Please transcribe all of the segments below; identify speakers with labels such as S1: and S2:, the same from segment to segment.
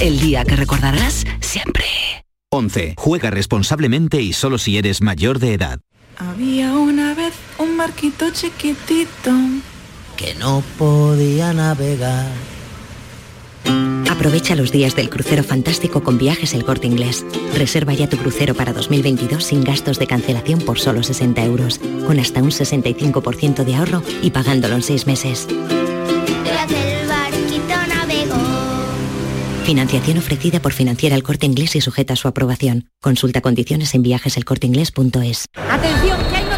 S1: el día que recordarás siempre.
S2: 11. Juega responsablemente y solo si eres mayor de edad.
S3: Había una vez un barquito chiquitito.
S4: que no podía navegar.
S5: Aprovecha los días del crucero fantástico con viajes el corte inglés. Reserva ya tu crucero para 2022 sin gastos de cancelación por solo 60 euros, con hasta un 65% de ahorro y pagándolo en seis meses.
S6: Gracias el barquito navegó.
S5: Financiación ofrecida por Financiera el corte inglés y sujeta a su aprobación. Consulta condiciones en viajeselcorteinglés.es.
S7: Atención, que hay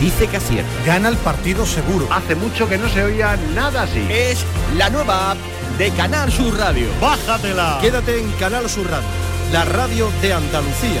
S8: dice que acierta.
S9: Gana el partido seguro.
S10: Hace mucho que no se oía nada así.
S11: Es la nueva app de Canal Sur Radio.
S9: Bájatela.
S12: Quédate en Canal Sur Radio, la radio de Andalucía.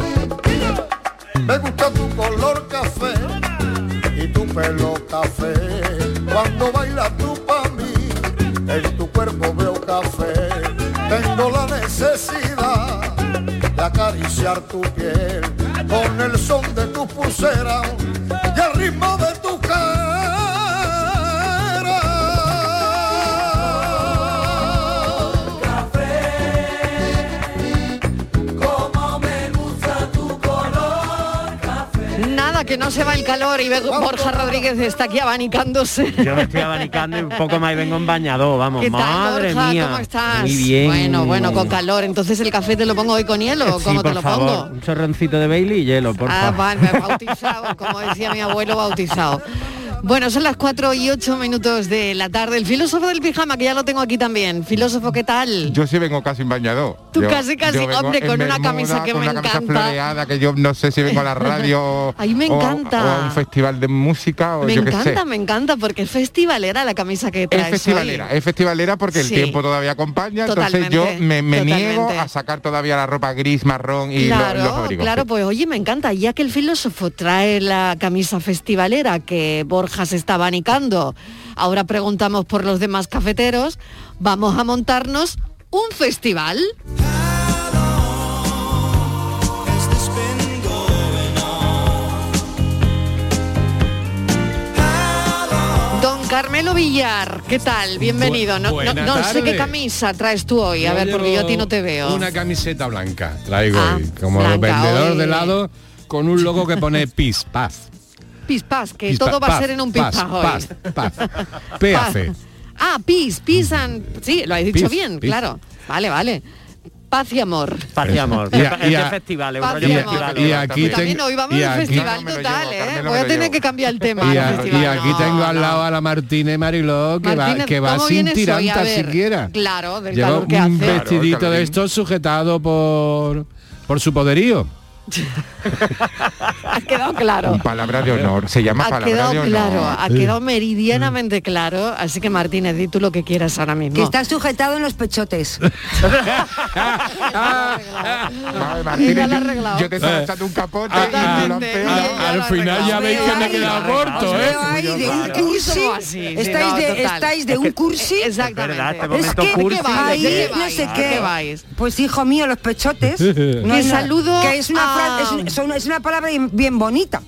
S13: Me gusta tu color café y tu pelo café. Cuando bailas tú para mí, en tu cuerpo veo café. Tengo la necesidad de acariciar tu piel con el son de tu pulsera y el ritmo de tu cara.
S3: Como me gusta tu color
S14: Nada, que no se va el calor y ve- Borja Rodríguez está aquí abanicándose.
S6: Yo me estoy abanicando y un poco más y vengo en bañador, vamos.
S14: ¿Qué tal,
S6: Madre
S14: Borja?
S6: mía.
S14: ¿Cómo estás?
S6: Muy bien. Eh,
S14: Bueno, bueno, con calor. Entonces el café te lo pongo hoy con hielo, ¿o
S6: Sí,
S14: ¿cómo te
S6: por
S14: lo
S6: favor,
S14: pongo?
S6: un chorroncito de Bailey y hielo, por
S14: Ah,
S6: favor.
S14: vale, bautizado, como decía mi abuelo, bautizado. Bueno, son las 4 y 8 minutos de la tarde. El filósofo del pijama, que ya lo tengo aquí también. Filósofo, ¿qué tal?
S15: Yo sí vengo casi en bañador.
S14: Tú
S15: Yo-
S14: casi, casi,
S15: yo vengo
S14: hombre,
S15: en
S14: con una
S15: bermuda,
S14: camisa que
S15: con
S14: me
S15: una camisa
S14: encanta.
S15: floreada, que yo no sé si vengo a la radio
S14: Ay, me
S15: o-
S14: encanta.
S15: o a un festival de música o
S14: me
S15: yo qué
S14: encanta,
S15: sé.
S14: me encanta, porque es festivalera la camisa que traes
S15: Es festivalera,
S14: hoy.
S15: es festivalera porque el
S14: Sí.
S15: tiempo todavía acompaña, entonces
S14: Totalmente,
S15: yo me, me niego
S14: totalmente.
S15: a sacar todavía la ropa gris, marrón y lo-
S14: claro,
S15: los abrigos.
S14: claro, pues oye, me encanta, ya que el filósofo trae la camisa festivalera que Borja se está abanicando, ahora preguntamos por los demás cafeteros, vamos a montarnos un festival. Don Carmelo Villar, ¿qué tal? Bienvenido. No, no-
S16: buena
S14: no sé qué
S16: tarde.
S14: camisa traes tú hoy, a
S16: Yo
S14: ver, porque yo a ti
S16: llevo
S14: no te veo.
S16: Una camiseta blanca, traigo
S14: Ah,
S16: hoy, como
S14: blanca,
S16: vendedor
S14: hoy.
S16: de helado con un logo que pone pis, paz.
S14: Pispas, que
S16: Pis,
S14: todo
S16: pa-
S14: va a
S16: paz,
S14: ser en un
S16: paz,
S14: pispas hoy.
S16: paz, paz. PAC.
S14: Ah, pis, pisan. Sí, lo has
S16: Pis,
S14: dicho bien,
S16: pis.
S14: claro. Vale, vale. Paz y amor.
S6: Paz y amor.
S16: Y a-
S6: Es de-
S16: y
S6: es de
S16: a-
S6: festivales,
S14: Paz
S6: un rollo
S16: y a-
S6: festival.
S16: y aquí
S14: También
S16: tengo-
S14: hoy vamos
S16: y
S14: al
S16: aquí-
S14: festival
S16: Carmelo me lo
S14: total,
S16: llevo,
S14: ¿eh?
S16: Carmelo
S14: Voy
S16: me
S14: a
S16: lo
S14: tener
S16: llevo.
S14: que cambiar el tema.
S16: Y,
S14: del
S16: a-
S14: festival.
S16: y aquí
S14: No,
S16: tengo al
S14: no.
S16: lado a la Martínez Mariló que va,
S14: Martínez,
S16: que va
S14: ¿cómo
S16: sin
S14: vienes hoy? A
S16: tiranta
S14: ver,
S16: siquiera.
S14: Claro, del
S16: Lleva
S14: calor que
S16: un
S14: hace.
S16: vestidito de estos sujetado por, por su poderío.
S14: ha quedado claro.
S15: Palabra de honor, se llama
S14: Ha
S15: palabra
S14: quedado
S15: de honor. Mm.
S14: claro, ha quedado meridianamente claro. Así que Martínez, di tú lo que quieras ahora mismo.
S17: Que está sujetado en los pechotes.
S15: Vale, Martínez,
S17: Ya lo ha
S15: yo-
S17: arreglado.
S15: yo te estaba
S17: Eh.
S15: echando un capote y me lo han
S17: Totalmente.
S15: pegado.
S17: Ya lo ha arreglado. Ay, os
S15: ¿eh?
S17: veo ahí de un cursi. Estáis de- estáis de un cursi.
S14: eh,
S6: verdad, este
S17: Es
S6: momento
S17: que
S6: cursi.
S17: ahí,
S6: ¿De qué
S17: no
S6: vais?
S17: sé
S6: ¿De
S17: qué.
S6: qué vais?
S17: Pues hijo mío, los pechotes. No
S14: Que
S17: es nada.
S14: saludo
S17: Que es una,
S14: a-
S17: fra- es un- son- es una palabra bien- bien bonita.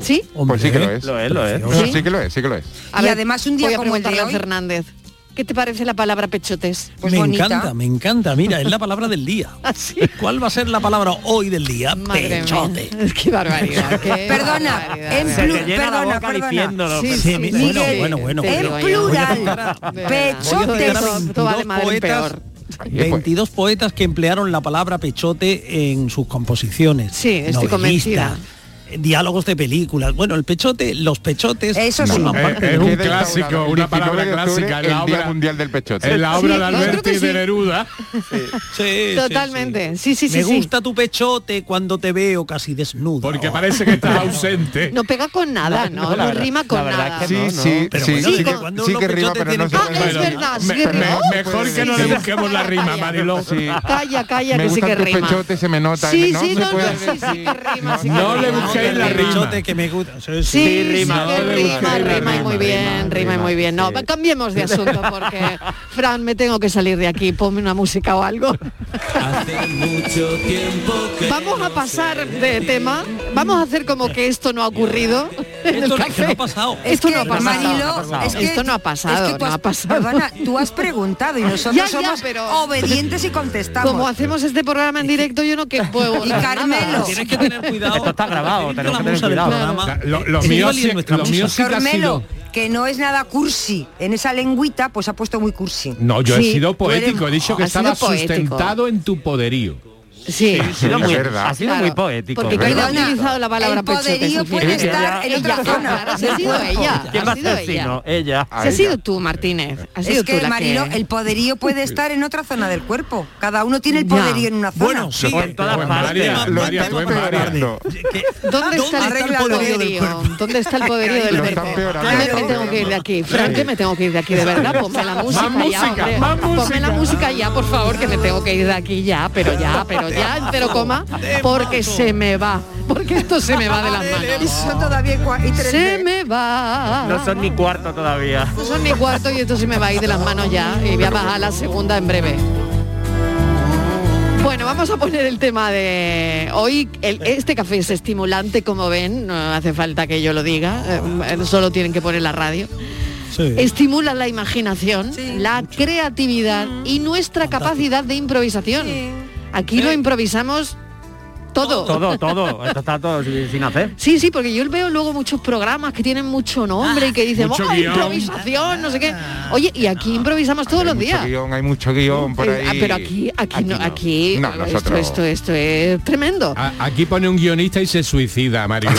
S14: ¿Sí?
S15: Pues sí que
S16: ¿eh?
S15: lo es. Lo es, lo es.
S14: Sí.
S15: Sí, que lo es, sí que lo es.
S14: A
S17: Y
S14: ver,
S17: además un día
S14: voy a
S17: como el de
S14: preguntarle a
S17: hoy- Pues
S14: Fernández. ¿Qué te parece la palabra pechotes?
S12: me encanta, me encanta. Mira, es la palabra del día.
S17: Ah,
S12: ¿Cuál va a ser la palabra hoy del día?
S14: Madre mía.
S12: Pechote.
S14: Qué barbaridad.
S17: Perdona, en
S12: Se te
S17: plu-
S12: llena la
S17: perdona,
S12: boca
S17: perdona.
S12: diciéndolo, Sí, sí, perdona. sí,
S17: Miguel,
S12: sí, bueno, bueno,
S17: en
S12: bueno.
S17: plural, pechotes.
S14: Esto vale madre en
S12: poetas.
S14: peor.
S12: 22 poetas que emplearon la palabra pechote en sus composiciones.
S14: Sí, estoy
S12: Novelistas,
S14: convencida.
S12: Diálogos de películas. Bueno, el pechote, los pechotes.
S17: Eso
S12: forman
S15: No,
S12: parte
S15: eh,
S12: de-
S15: eh,
S12: un
S15: queda
S12: clásico,
S15: instaurado el 19 de
S12: una palabra
S15: octubre,
S12: clásica, en la
S15: el Día
S12: obra-
S15: Mundial del Pechote.
S12: en la obra
S14: Sí, de yo creo Alberti que y de sí.
S12: Neruda. Sí,
S14: Totalmente. Sí, sí, sí.
S12: Me
S14: sí.
S12: gusta tu pechote cuando te veo casi desnudo. Porque
S16: parece que estás ausente.
S14: No pega con nada,
S12: No,
S14: ¿no?
S12: no, la
S14: No
S12: verdad-
S14: rima
S12: la
S14: con
S12: verdad
S14: nada.
S12: es que no, Sí, ¿no? sí, Pero sí, bueno, sí que-
S14: con-
S15: sí que rima, pero no se
S14: Ah, es
S15: puede-
S14: verdad, sí
S15: Me-
S14: que
S15: me-
S14: rima.
S15: mejor que no
S16: le busquemos la rima, Mariló.
S14: Calla, calla,
S15: Me
S14: que sí
S15: gustan
S14: que
S15: tus
S14: rima.
S15: pechotes, se me nota.
S14: Sí,
S15: no
S14: sí,
S15: se
S14: no,
S15: puede
S14: no, sí, sí que rima, sí que
S15: No le
S12: rima.
S15: busquéis la
S12: El
S15: rima.
S12: pechote que me gusta. Sí,
S14: Sí, sí,
S12: rima,
S14: que
S12: no le
S14: rima,
S12: busquéis la
S14: rima y muy bien, rima y muy bien. No, va, cambiemos de asunto porque, Fran, me tengo que salir de aquí, ponme una música o algo.
S3: Mucho tiempo que
S14: Vamos a pasar de tema, vamos a hacer como que esto no ha ocurrido en el
S12: Esto es que
S14: café.
S12: no ha pasado.
S14: Esto
S17: que,
S14: no ha pasado.
S17: Mariló, es que-
S14: esto no ha pasado,
S17: es que tú
S14: no
S17: has-
S14: ha pasado.
S17: Perdona, tú has preguntado y nosotros
S14: Ya, ya,
S17: somos
S14: pero-
S17: obedientes y contestamos.
S14: Como hacemos este programa en directo, yo no que puedo.
S17: Y Carmelo.
S12: Tienes que tener cuidado.
S6: Esto está grabado, tenemos que tener
S12: musa del
S6: cuidado.
S12: programa.
S6: Lo- lo
S12: Sí,
S6: mío
S12: igual y
S6: sí-
S12: es nuestra
S6: lo
S12: musa.
S6: mío sí que ha
S17: Carmelo, que no es nada cursi. En esa lengüita, pues ha puesto muy cursi.
S16: No, yo he
S17: Sí,
S16: sido
S17: tú eres-
S16: poético, he dicho que
S17: Has sido
S16: estaba
S17: poético.
S16: sustentado en tu poderío.
S14: Sí,
S16: ha
S15: sido muy- ha sido muy
S16: poético.
S14: Porque yo no he utilizado la palabra
S17: el poderío
S14: pechotes,
S17: puede
S14: fíjate.
S17: estar en otra
S14: Ella,
S17: zona
S14: claro, se
S17: del
S14: ha sido
S17: cuerpo.
S14: ella.
S6: ¿Quién
S14: ha
S6: va a
S14: sido
S6: ser
S14: ella.
S6: sino ella?
S14: Si has sido tú, Martínez. Has sido
S17: Es
S14: tú
S17: que,
S14: la
S17: Marilo,
S14: que...
S17: el poderío puede estar en otra zona del cuerpo. Cada uno tiene el
S14: Ya.
S17: poderío en una zona.
S12: Bueno, sí,
S15: O en todas
S12: pero-
S15: partes.
S12: María,
S15: Lo
S12: María,
S15: están
S12: tú eres María.
S15: empeorando.
S14: ¿Dónde está el,
S12: está el
S14: poderío,
S12: poderío del cuerpo?
S14: ¿Dónde está el poderío del
S15: Lo
S14: cuerpo?
S15: están empeorando.
S14: Yo me- me tengo que ir de aquí. Fran, que me tengo que ir de aquí, de verdad. Ponme la
S12: Más
S14: música ya,
S12: música,
S14: hombre.
S12: más
S14: Ponme la
S12: música.
S14: música ya, por favor, que me tengo que ir de aquí ya, pero ya, pero ya, entero coma, porque se me va. Porque esto se me va de las manos.
S17: Eso todavía es cua- y tres
S14: Se
S17: de-
S14: me va.
S6: No son ni cuarto todavía.
S14: No son ni cuarto y esto se me va a ir de las manos ya y voy a bajar la segunda en breve. Bueno, vamos a poner el tema de hoy. El- este café es estimulante, como ven, no hace falta que yo lo diga, eh, solo tienen que poner la radio. Estimula la imaginación, la creatividad y nuestra capacidad de improvisación. Aquí lo improvisamos todo.
S6: Todo, todo. Esto está todo sin sin hacer.
S14: Sí, sí, porque yo veo luego muchos programas que tienen mucho nombre y que dicen,
S15: Mucho
S14: "Oh,
S15: guión".
S14: improvisación, no sé qué. Oye, y aquí improvisamos todos los
S15: Mucho
S14: días.
S15: guión, hay mucho guión por
S14: Eh,
S15: ahí.
S14: ah, pero aquí, aquí, no, aquí
S15: No,
S14: esto,
S15: nosotros-
S14: esto, esto es tremendo.
S16: A- Aquí pone un guionista y se suicida, Mario.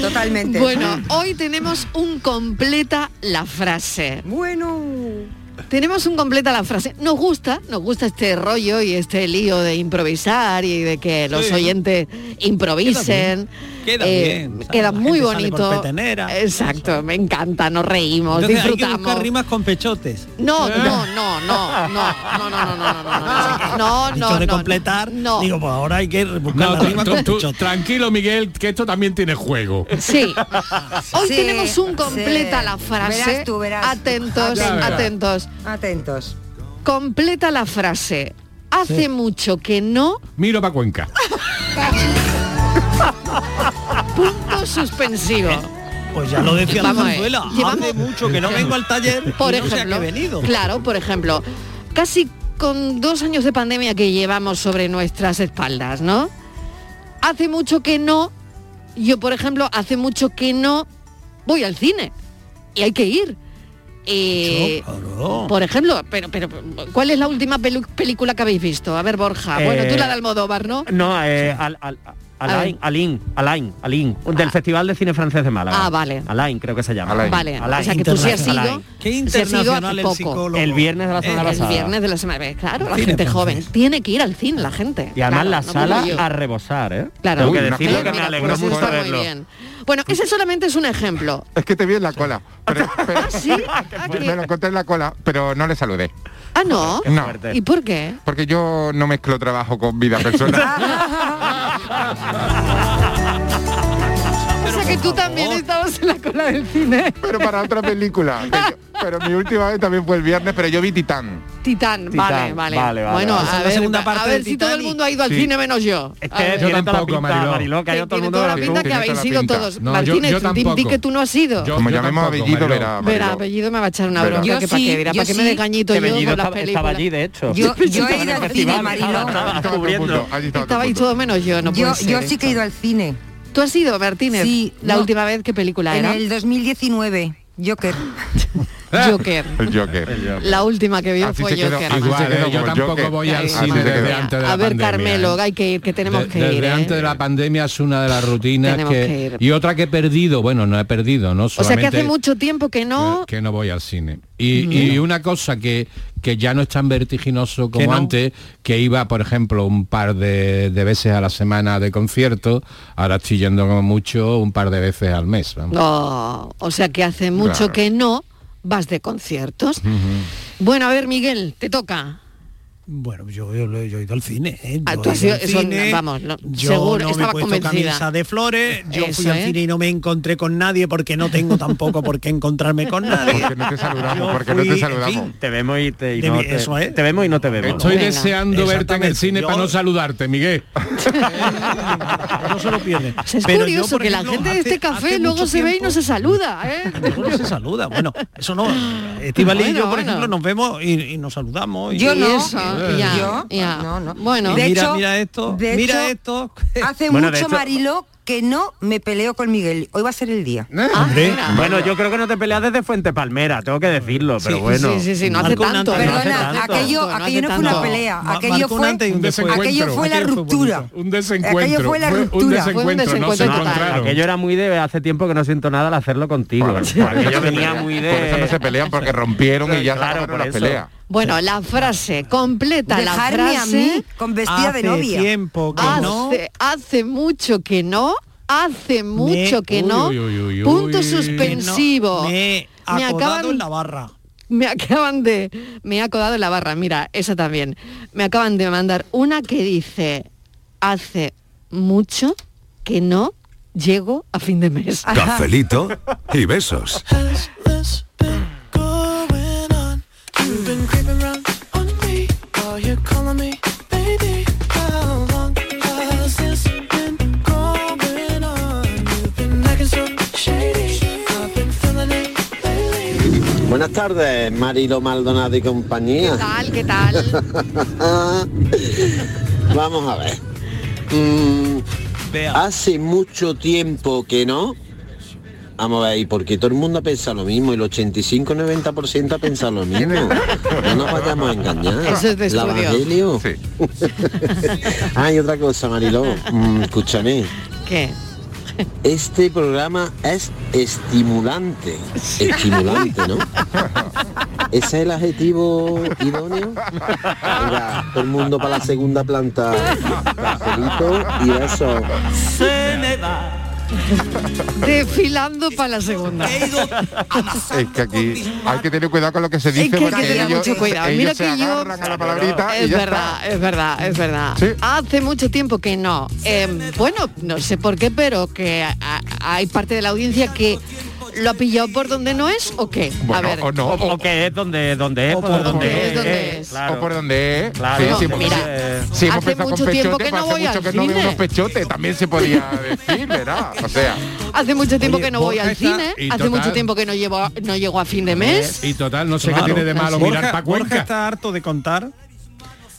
S17: Totalmente.
S14: Bueno, hoy tenemos un completa la frase.
S17: Bueno.
S14: Tenemos un completa la frase. Nos gusta, nos gusta este rollo y este lío de improvisar y de que los
S12: Sí.
S14: oyentes improvisen.
S12: Queda bien, queda bien, ¿sabes?
S14: Queda
S12: La
S14: muy
S12: gente sale
S14: bonito.
S12: corpetenera.
S14: Exacto, me encanta, nos reímos,
S12: Entonces hay que
S14: disfrutamos.
S12: buscar rimas con pechotes.
S14: No, no, no, no, no, no, no, no, no, no, no, no, no,
S12: Dicho
S14: no,
S12: de
S14: no,
S12: completar,
S14: no.
S12: digo, pues ahora hay que buscar
S16: No,
S12: la
S16: tú-
S12: rima
S16: tú-
S12: con
S16: tú-
S12: pechotes.
S16: tranquilo, Miguel, que esto también tiene juego.
S14: Sí. Hoy
S17: Sí,
S14: tenemos un completa
S17: sí.
S14: la frase.
S17: Verás tú, verás.
S14: Atentos,
S17: Ya verás.
S14: atentos.
S17: Atentos.
S14: Completa la frase. Hace mucho que no.
S16: Miro para Cuenca.
S14: Punto suspensivo.
S12: Pues ya lo decía la
S14: Vamos a ver,
S12: zarzuela. Hace
S14: llevamos-
S12: mucho que no vengo al taller.
S14: Por
S12: y no sé a
S14: ejemplo,
S12: qué he venido.
S14: claro, por ejemplo, casi con dos años de pandemia que llevamos sobre nuestras espaldas, ¿no? Hace mucho que no, yo por ejemplo, hace mucho que no voy al cine y hay que ir. Eh, por ejemplo, pero, pero ¿cuál es la última pelu- película que habéis visto? A ver, Borja. bueno, tú
S6: Eh,
S14: la de Almodóvar, ¿no?
S6: No, eh, al- al- Alain, Alain, Alain, Alain, del Festival de Cine Francés de Málaga.
S14: Ah, vale.
S6: Alain, creo que se llama.
S14: Alain. Vale, o sea que tú sí has sido-
S6: Alain.
S14: Qué sí has sido hace internacional el poco. psicólogo.
S6: El viernes de la semana
S14: Eh, El
S6: pasada.
S14: viernes de la semana. eh, Claro, la
S6: Cine
S14: gente
S6: francés.
S14: joven. Tiene que ir al cine la gente.
S6: Y además
S14: Claro,
S6: la
S14: no
S6: sala
S14: puedo yo.
S6: a rebosar, ¿eh?
S14: Claro.
S6: Tengo
S14: Uy,
S6: que
S14: una
S6: decirlo
S14: pena.
S6: que me
S14: Mira,
S6: alegró
S14: pues eso
S6: mucho
S14: está muy
S6: verlo.
S14: bien. Bueno, ese solamente es un ejemplo.
S15: Es que te vi en la cola. Pero, pero- me lo encontré en la cola, pero no le saludé.
S14: Ah, no.
S15: Qué fuerte.
S14: ¿Y por qué?
S15: Porque yo no mezclo trabajo con vida personal.
S14: o sea que tú también estabas en la cola del cine.
S15: pero para otra película. que yo- pero mi última vez también fue el viernes, pero yo vi Titán.
S14: Titán,
S15: Titán,
S14: vale, vale.
S15: vale, vale.
S14: Bueno,
S15: Esa es
S14: a
S15: la
S14: ver,
S15: segunda
S14: a
S15: parte
S14: ver
S15: de
S14: si todo el
S15: Titanic.
S14: mundo ha ido al
S15: Sí.
S14: cine menos Ah, yo.
S6: Es
S14: A ver.
S6: que tiene toda la pinta,
S15: Mariló.
S6: Mariló, que hay todo el
S14: Tiene
S6: mundo
S14: toda la
S15: Sí,
S14: pinta
S15: tiene
S14: que
S15: toda
S14: habéis
S15: la
S14: ido
S15: pinta.
S14: todos.
S15: No,
S14: Martínez,
S15: yo- yo
S14: di- di
S15: tampoco.
S14: que tú no has ido.
S15: Como llamemos
S6: tampoco,
S15: apellido,
S6: Mariló.
S15: verá.
S14: Verá, apellido me va a echar una
S15: Verá.
S14: bronca
S15: Yo
S14: que para
S15: sí,
S14: qué, dirá,
S15: yo
S14: para qué me
S15: sí.
S14: desgañito yo
S6: Bellido
S14: con las
S6: estaba,
S14: películas.
S6: estaba allí, de hecho.
S17: Yo- yo he ido al cine, Mariló.
S6: Estaba
S15: Estaba todo el
S6: cubriendo.
S15: mundo, allí estaba todo el
S14: Estabais
S15: mundo.
S14: todo menos yo, no
S17: Yo,
S14: puede ser
S17: yo sí
S14: esto.
S17: que he ido al cine.
S14: ¿Tú has ido, Martínez?
S17: Sí,
S14: La
S17: no.
S14: última vez, ¿qué película
S17: En
S14: era?
S17: el 2019, Joker.
S14: Joker.
S15: El Joker.
S14: La última que vio
S15: Así
S14: fue
S15: se quedó,
S14: Joker.
S15: así se
S16: Igual,
S15: quedó
S16: eh, yo
S15: como el
S16: tampoco
S15: Joker.
S16: voy al
S15: Así
S16: cine
S15: se
S16: desde quedó.
S14: A
S16: antes de
S14: ver,
S16: la pandemia,
S14: Carmelo,
S16: ¿eh?
S14: que hay que ir, que tenemos
S16: De-
S14: que
S16: desde
S14: ir. ¿eh?
S16: antes de la pandemia es una de las rutinas
S14: Tenemos
S16: que,
S14: que ir.
S16: y otra que he perdido bueno no he perdido no
S14: O sea que
S16: solamente
S14: hace mucho tiempo que no.
S16: que no voy al cine y, y una cosa que que ya no es tan vertiginoso como
S14: Que no.
S16: antes que iba por ejemplo un par de, de veces a la semana de concierto ahora estoy yendo como mucho un par de veces al mes vamos.
S14: No, o sea que hace mucho
S16: Claro.
S14: que no vas de conciertos. Bueno, a ver, Miguel, te toca.
S12: Bueno, yo, yo, yo he ido al cine. ¿eh?
S14: Ah,
S12: Yo
S14: tú
S12: he
S14: has
S12: ido
S14: ido-
S12: al
S14: eso,
S12: cine,
S14: vamos, no,
S12: yo
S14: seguro,
S12: no me he
S14: estaba
S12: puesto
S14: convencida.
S12: camisa de flores, yo fui
S14: Eso,
S12: al
S14: ¿eh?
S12: cine y no me encontré con nadie porque no tengo tampoco por qué encontrarme con nadie.
S16: Porque no te saludamos,
S12: Yo
S16: porque no te
S12: fui, en
S16: saludamos.
S12: fin,
S6: Te vemos y te, y
S12: De
S6: no
S12: mi-
S6: te,
S12: eso es.
S6: te vemos y no te vemos.
S16: Estoy deseando verte en el cine para no saludarte, Miguel.
S12: no se lo pierden.
S14: O sea, es
S12: Pero yo,
S14: curioso
S12: por
S14: que la
S12: ejemplo,
S14: gente de
S12: hace-
S14: este café
S12: hace
S14: luego
S12: mucho
S14: se ve y
S12: tiempo-
S14: no se saluda, ¿eh?
S12: Luego se saluda. Bueno, eso no. Estivali y
S14: Bueno,
S12: yo, por
S14: bueno.
S12: ejemplo, nos vemos y, y nos saludamos. y-
S17: Yo
S12: y
S17: no.
S12: eso,
S17: eh,
S12: eh.
S17: yo, no, no.
S12: Bueno.
S17: de
S12: Mira,
S17: hecho,
S12: mira esto,
S17: de
S12: mira
S17: hecho, Hace
S6: Bueno, de
S17: mucho,
S6: hecho-
S17: Marilo, que no me peleo con Miguel. Hoy va a ser el día.
S14: Ah,
S6: Ah. Bueno, yo creo que no te peleas desde Fuente Palmera, tengo que decirlo, pero bueno.
S17: sí, sí, sí, no hace Marcó un tanto. antes, no hace Perdona, tanto. aquello-
S6: No hace
S17: aquello no fue una
S6: tanto.
S17: pelea,
S6: Ma-
S17: aquello
S6: marcó un
S17: fue-
S6: antes y un
S17: un
S6: después.
S17: desencuentro. Aquello fue la Aquello fue ruptura. bonito.
S16: Un desencuentro.
S17: Aquello fue la
S16: un
S17: ruptura. Fue un
S16: desencuentro, no se
S17: desencuentro total.
S16: encontraron.
S6: Aquello era muy de hace tiempo que no siento nada al hacerlo contigo. Aquello venía muy
S15: Por eso no
S6: de...
S15: se pelean, porque rompieron y ya
S6: Claro,
S15: claro,
S6: por
S15: la
S6: eso.
S15: pelea.
S14: Bueno, la frase completa, la
S17: Dejarme
S14: frase.
S17: a mí con vestida de
S14: Hace
S17: novia.
S12: tiempo
S14: hace, hace mucho que no, hace mucho que
S12: Uy,
S14: no.
S12: uy, uy, uy,
S14: punto
S12: uy.
S14: suspensivo.
S12: Que no, me he acodado en la barra.
S14: Me acaban de me he acodado en la barra, mira, esa también. Me acaban de mandar una que dice hace mucho que no llego a fin de mes.
S18: Cafelito y besos.
S3: going on? You've been creeping round on me while you're calling me baby. How long has this been going on? You've been acting so shady. I've been feeling it lately.
S19: Buenas tardes, Marilo Maldonado y compañía.
S14: ¿Qué tal?
S19: Vamos a ver. Mm, hace mucho tiempo que no. Vamos a ver, y porque todo el mundo ha pensado lo mismo, el 85-90% ha pensado lo mismo. No nos vayamos a engañar.
S14: Eso es de
S19: La
S14: estudio.
S19: Bagelio. ah, y otra cosa, Marilo. Mm, escúchame.
S14: ¿Qué?
S19: Este programa es estimulante. Estimulante, ¿no? ¿Ese es el adjetivo idóneo? Venga, todo el mundo para la segunda planta. Cafelito y eso.
S3: Se me va.
S14: Desfilando para la segunda.
S15: Es que aquí hay que tener cuidado con lo que se dice
S14: Es que hay que
S15: porque
S14: tener
S15: ellos,
S14: mucho cuidado.
S15: ellos
S14: Mira
S15: se
S14: que yo
S15: agarran a la palabrita y
S14: es
S15: ya
S14: verdad,
S15: está.
S14: es verdad, es verdad.
S15: Sí.
S14: Hace mucho tiempo que no. Eh, bueno, no sé por qué, pero que a- a- hay parte de la audiencia que lo ha pillado por donde no es o qué.
S6: Bueno,
S14: a ver.
S6: o no, o, o que es donde, donde es, por
S15: por
S6: donde es,
S14: donde
S6: eh,
S14: es.
S6: claro.
S15: O por donde es.
S6: Claro,
S15: Sí,
S6: no,
S15: sí, porque
S6: mira,
S15: sí. Sí, hemos
S14: hace
S15: empezado
S14: mucho
S15: con
S14: tiempo
S15: pechote,
S14: que no
S15: hace
S14: voy
S15: mucho
S14: al
S15: que no veo
S14: cine.
S15: unos pechotes, también se podía decir, ¿verdad? O sea,
S14: Hace mucho tiempo
S15: Oye,
S14: que no voy al
S15: Borja está-
S14: cine,
S15: y
S14: hace
S15: total-
S14: mucho tiempo que no llevo a- no
S15: ¿Eh?
S14: llego a fin de mes.
S16: Y total, no sé
S12: Claro.
S16: qué tiene de malo
S12: Borja-
S16: mirar para
S12: Borja
S16: Cuenca.
S12: está harto de contar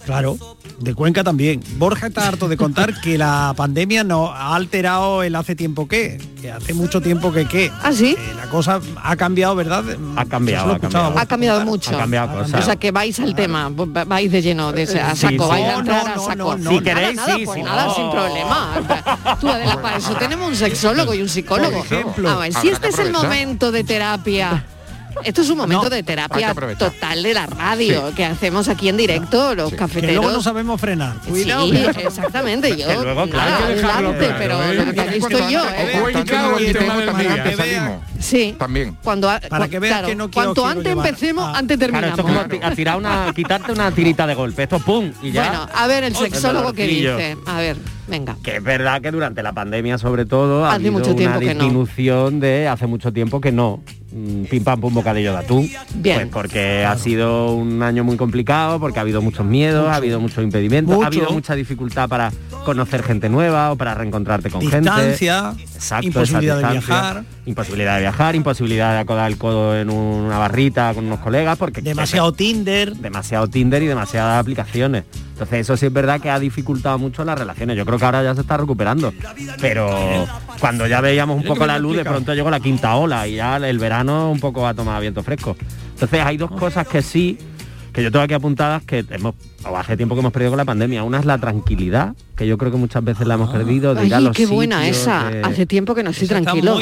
S12: Claro, de Cuenca también. Borja está harto de contar que la pandemia no ha alterado el hace tiempo que, que hace mucho tiempo que qué. Eh,
S14: ¿Ah, sí?
S12: la cosa ha cambiado, ¿verdad?
S6: Ha cambiado,
S12: Yo
S6: ha
S12: se lo he escuchado,
S6: cambiado.
S14: Ha cambiado mucho.
S6: Ha cambiado cosas.
S14: O sea que vais al tema, vais de lleno, de, a
S6: Sí,
S14: saco,
S6: sí.
S14: vais a
S6: No,
S14: entrar a
S6: no,
S14: saco.
S6: no, no, Si
S14: Nada,
S6: queréis,
S14: nada,
S6: sí,
S14: pues
S6: si
S14: nada,
S6: no.
S14: sin problema. Tú Adela, para eso tenemos un sexólogo y un psicólogo.
S12: Por ejemplo.
S14: a ver, si
S12: Habrá
S14: este
S12: que
S14: es el
S12: aprovechar.
S14: momento de terapia. Esto es un momento
S12: No,
S14: de
S12: hay que
S14: terapia
S12: aprovechar.
S14: total de la radio que hacemos aquí en directo, los
S12: Que luego no
S14: cafeteros.
S12: sabemos frenar.
S14: Sí,
S12: Cuidado.
S14: exactamente, yo
S12: Que luego, claro,
S14: nada,
S12: hay que dejarlo,
S14: adelante,
S12: claro,
S14: pero
S12: ¿eh?
S14: lo que aquí estoy yo, ¿eh? Sí.
S15: También.
S14: Cuando a-
S6: Para que veas que Ah. no quiero-
S14: cuanto
S6: quiero
S14: antes
S6: llevar.
S14: empecemos, antes
S6: Claro,
S14: terminamos.
S6: esto es como ti- a tirar una, quitarte una tirita de golpe. Esto pum y ya.
S14: Bueno, a ver el
S6: Otro
S14: sexólogo que
S6: dolorcillo.
S14: dice. A ver, venga.
S6: Que es verdad que durante la pandemia, sobre todo, ha
S14: Hace
S6: habido
S14: mucho
S6: una
S14: tiempo que no.
S6: disminución de hace mucho tiempo que no. Mm, Pim pam pum bocadillo de atún.
S14: Bien.
S6: Pues porque ha sido un año muy complicado, porque ha habido muchos miedos, ha habido muchos impedimentos,
S12: Mucho.
S6: ha habido mucha dificultad para conocer gente nueva o para reencontrarte con
S12: Distancia,
S6: gente. Exacto,
S12: imposibilidad
S6: esa
S12: de
S6: distancia,
S12: viajar.
S6: Imposibilidad de viajar, imposibilidad de acodar el codo en una barrita con unos colegas, porque
S12: Demasiado Tinder.
S6: demasiado Tinder y demasiadas aplicaciones. Entonces eso sí es verdad que ha dificultado mucho las relaciones. Yo creo que ahora ya se está recuperando. Pero cuando ya veíamos un poco la luz, de pronto llegó la quinta ola y ya el verano un poco va a tomar viento fresco. Entonces hay dos cosas que sí, que yo tengo aquí apuntadas, que hemos, o hace tiempo que hemos perdido con la pandemia. Una es la tranquilidad, que yo creo que muchas veces la hemos perdido. De
S14: Ah. Ay,
S6: ir a los
S14: qué buena
S6: sitios,
S14: esa.
S6: de-
S14: Hace tiempo que no estoy tranquilo.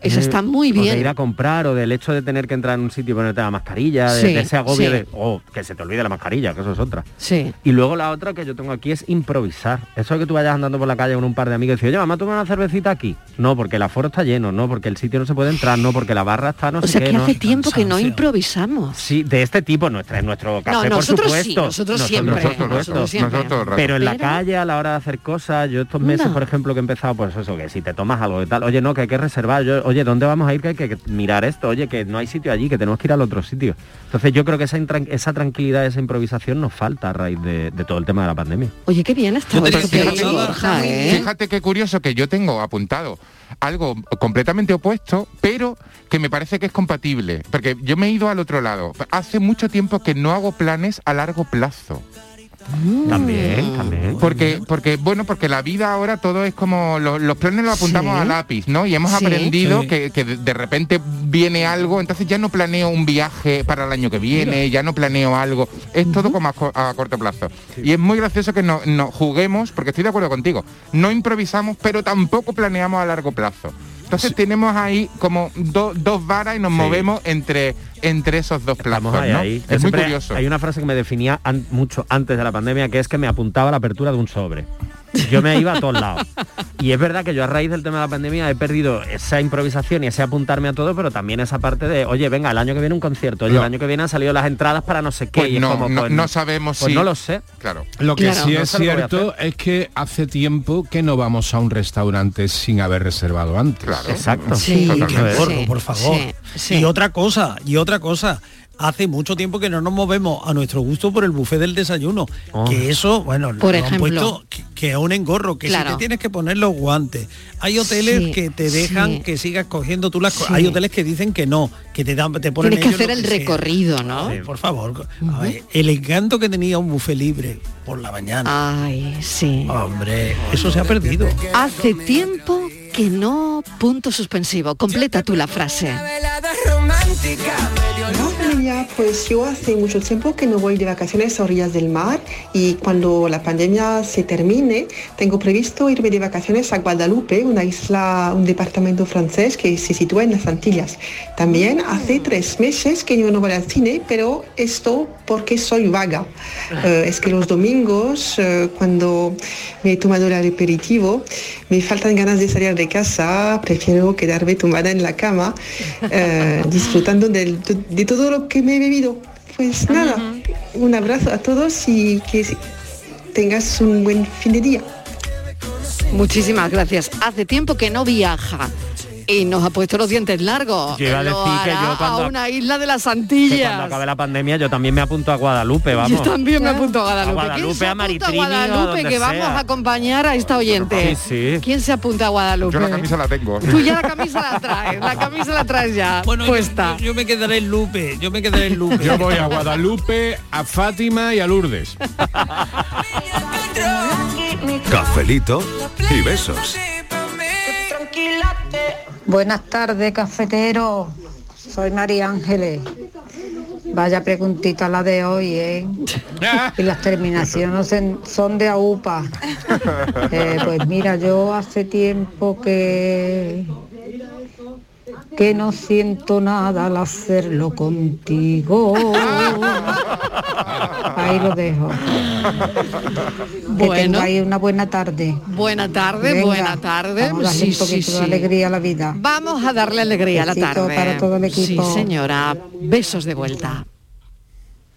S14: Esa está muy
S6: Mm. o de ir
S14: bien.
S6: a comprar o del hecho de tener que entrar en un sitio y ponerte la mascarilla, de,
S14: Sí,
S6: de ese agobio
S14: sí.
S6: de oh, que se te olvide la mascarilla, que eso es otra.
S14: Sí.
S6: Y luego la otra que yo tengo aquí es improvisar. Eso de que tú vayas andando por la calle con un par de amigos y dices, oye, vamos a tomar una cervecita aquí. No, porque el aforo está lleno, no, porque el sitio no se puede entrar, no, porque la barra está no
S14: O
S6: sé
S14: sea
S6: qué,
S14: que
S6: no.
S14: hace tiempo que no improvisamos.
S6: Sí, de este tipo, nuestra, en nuestro café, por
S14: nosotros
S6: supuesto.
S14: sí, nosotros siempre,
S6: por supuesto.
S14: nosotros siempre. Nosotros,
S6: pero en la
S14: pero-
S6: calle, a la hora de hacer cosas, yo estos meses,
S14: Anda.
S6: por ejemplo, que he empezado, pues eso, que si te tomas algo de tal, oye, no, que hay que reservar, yo, oye, ¿dónde vamos a ir? Que hay que que mirar esto, oye, que no hay sitio allí, que tenemos que ir al otro sitio. Entonces yo creo que esa, intran- esa tranquilidad, esa improvisación nos falta a raíz de, de todo el tema de la pandemia.
S14: Oye, qué bien está.
S15: Pero
S14: esto que
S15: fíjate-
S14: dice Borja, ¿eh?
S15: Fíjate qué curioso que yo tengo apuntado algo completamente opuesto, pero que me parece que es compatible, porque yo me he ido al otro lado. Hace mucho tiempo que no hago planes a largo plazo.
S6: También, también.
S15: Porque, porque, bueno, porque la vida ahora todo es como lo- los planes los apuntamos
S6: Sí.
S15: a lápiz, ¿no? Y hemos
S6: Sí.
S15: aprendido
S6: Sí.
S15: que, que de de repente viene algo, entonces ya no planeo un viaje para el año que viene, ya no planeo algo. Es todo como a, co- a corto plazo. Y es muy gracioso que no, no juguemos, porque estoy de acuerdo contigo, no improvisamos, pero tampoco planeamos a largo plazo. Entonces tenemos ahí como do- dos varas y nos movemos entre, entre esos dos plazos.
S6: Estamos ahí,
S15: ¿no?
S6: ahí. Yo
S15: Es muy
S6: siempre-
S15: curioso.
S6: Hay una frase que me definía an- mucho antes de la pandemia, que es que me apuntaba a la apertura de un sobre. Yo me iba a todos lados. Y es verdad que yo a raíz del tema de la pandemia he perdido esa improvisación y ese apuntarme a todo, pero también esa parte de, oye, venga, el año que viene un concierto, oye,
S15: No.
S6: el año que viene han salido las entradas para no sé qué.
S15: Pues
S6: y es
S15: no,
S6: como,
S15: no-
S6: pues,
S15: no sabemos
S6: pues
S15: si-
S6: no lo sé.
S15: Claro.
S16: Lo que sí
S6: No
S16: es
S6: sé lo que voy a
S16: cierto es que hace tiempo que no vamos a un restaurante sin haber reservado antes.
S6: Exacto.
S12: Sí, qué gordo, por favor. Y otra cosa, y otra cosa. Hace mucho tiempo que no nos movemos a nuestro gusto por el buffet del desayuno. Que eso, bueno,
S14: Por
S12: lo
S14: ejemplo.
S12: han puesto que- que es un engorro, que
S14: Claro.
S12: si te tienes que poner los guantes. Hay hoteles
S14: Sí,
S12: que te dejan
S14: sí.
S12: que sigas cogiendo tú las cosas.
S14: Sí.
S12: Hay hoteles que dicen que no, que te dan, te ponen
S14: Tienes que
S12: ellos
S14: hacer
S12: lo
S14: el
S12: sea.
S14: recorrido, ¿no? ¿Eh?
S12: Ay, por favor. A ver, el encanto que tenía un buffet libre por la mañana.
S14: Ay, sí.
S12: Hombre, eso se ha perdido.
S14: Hace tiempo que no... Punto suspensivo. Completa tú la frase.
S20: La pandemia, pues yo hace mucho tiempo que no voy de vacaciones a orillas del mar y cuando la pandemia se termine, tengo previsto irme de vacaciones a Guadalupe, una isla, un departamento francés que se sitúa en las Antillas. También hace tres meses que yo no voy al cine, pero esto porque soy vaga. Eh, es que los domingos, eh, cuando me he tomado el aperitivo, me faltan ganas de salir de casa, prefiero quedarme tumbada en la cama, eh, disfrutando del- de todo lo que me he bebido. Pues nada, un abrazo a todos y que tengas un buen fin de día.
S14: Muchísimas gracias. Hace tiempo que no viaja. Y nos ha puesto los dientes largos.
S6: Yo iba a
S14: Lo
S6: decir que
S14: hará
S6: yo cuando-
S14: a una isla de las
S6: Que cuando
S14: Antillas.
S6: acabe la pandemia yo también me apunto a Guadalupe, vamos.
S14: Yo también me apunto a Guadalupe.
S6: A Guadalupe,
S14: ¿Quién se
S6: a
S14: apunta
S6: Maritrini, a
S14: Guadalupe,
S6: donde
S14: que vamos
S6: sea.
S14: a acompañar a esta oyente.
S6: Sí, sí.
S14: ¿Quién se apunta a Guadalupe?
S15: Yo la camisa la tengo.
S14: Tú ya la camisa la traes, la camisa la traes ya
S21: Bueno, yo-
S14: puesta.
S21: Yo me quedaré en Lupe, yo me quedaré en Lupe.
S16: Yo voy a Guadalupe, Eh, a Fátima y a Lourdes.
S18: Cafelito y besos.
S1: Buenas tardes, cafetero. Soy María Ángeles. Vaya preguntita la de hoy, ¿eh? Y las terminaciones en- son de AUPA. Eh, pues mira, yo hace tiempo que que no siento nada al hacerlo contigo. Ahí lo dejo. Que
S14: Bueno.
S1: tengáis una buena tarde.
S14: Buena tarde,
S1: Venga,
S14: buena tarde.
S1: vamos a darle
S14: Sí,
S1: un
S14: sí,
S1: poquito de
S14: sí.
S1: alegría a la vida.
S14: Vamos a darle alegría a la
S1: Besito
S14: tarde.
S1: para todo el equipo.
S14: Sí, señora. Besos de vuelta.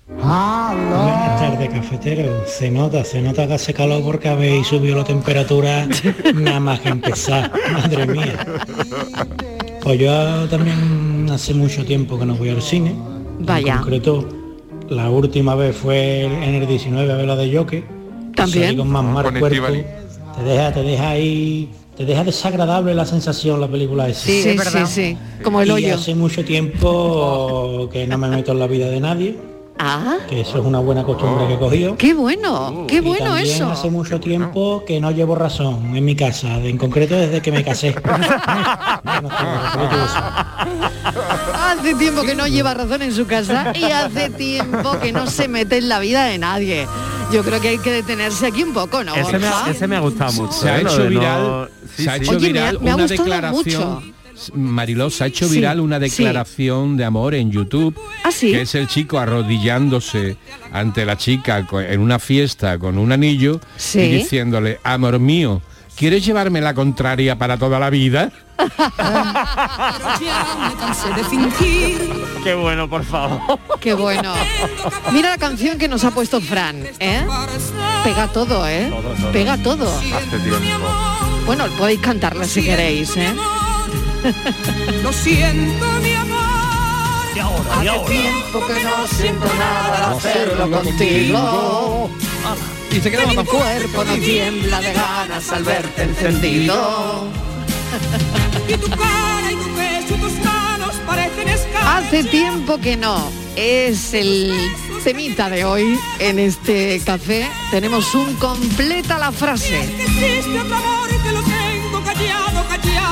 S22: Buenas tardes, cafetero. Se nota, se nota que hace calor porque habéis subido la temperatura nada más que empezar. Madre mía. Pues yo también hace mucho tiempo que no voy al cine. En
S14: Vaya.
S22: concreto, la última vez fue en el 19 a ver la de Joker.
S14: También.
S22: Salí con más mar
S15: Con
S22: cuerpo.
S15: Estíbaliz.
S22: Te deja, te deja ahí... Te deja desagradable la sensación la película esa.
S14: Sí, sí, sí, sí. Como el
S22: Y
S14: hoyo.
S22: hace mucho tiempo que no me meto en la vida de nadie. Que eso es una buena costumbre que he cogido.
S14: Ah. Qué bueno, qué
S22: Uh, Y
S14: bueno
S22: también
S14: eso.
S22: Hace mucho tiempo que no llevo razón en mi casa, en concreto desde que me casé.
S14: Hace tiempo que no lleva razón en su casa y hace tiempo que no se mete en la vida de nadie. Yo creo que hay que detenerse aquí un poco, ¿no?
S6: Ese me, ha-
S14: Borja?
S6: ese me ha gustado mucho.
S16: Se ha
S6: ¿eh? Lo
S16: hecho
S6: de no-
S16: viral,
S6: Sí,
S16: se ha
S6: sí.
S16: hecho viral
S14: me ha
S16: una
S14: gustado
S16: declaración.
S14: mucho.
S16: Mariló, se ha hecho
S14: Sí,
S16: viral una
S14: sí.
S16: declaración de amor en YouTube, que es el chico arrodillándose ante la chica co- en una fiesta con un anillo
S23: Sí.
S16: y diciéndole, amor mío, ¿quieres llevarme la contraria para toda la vida?
S3: me cansé de fingir.
S6: Qué bueno, por favor.
S14: Qué bueno. Mira la canción que nos ha puesto Fran, ¿eh? Pega todo, ¿eh? Pega todo.
S15: Hace tiempo.
S14: Bueno, podéis cantarla si queréis, ¿eh?
S3: Lo siento, mi amor. Y ahora,
S14: y ahora.
S3: tiempo que no siento nada al hacerlo contigo.
S21: Y se queda
S3: Mi
S21: tan
S3: cuerpo no tiembla de ganas al verte encendido. y tu cara y tu pecho y tus manos parecen escamas.
S14: Hace tiempo que no. Es el temita de hoy en este café. Tenemos un completa la frase.
S3: Que existe otro amor y que lo tengo callado, callado.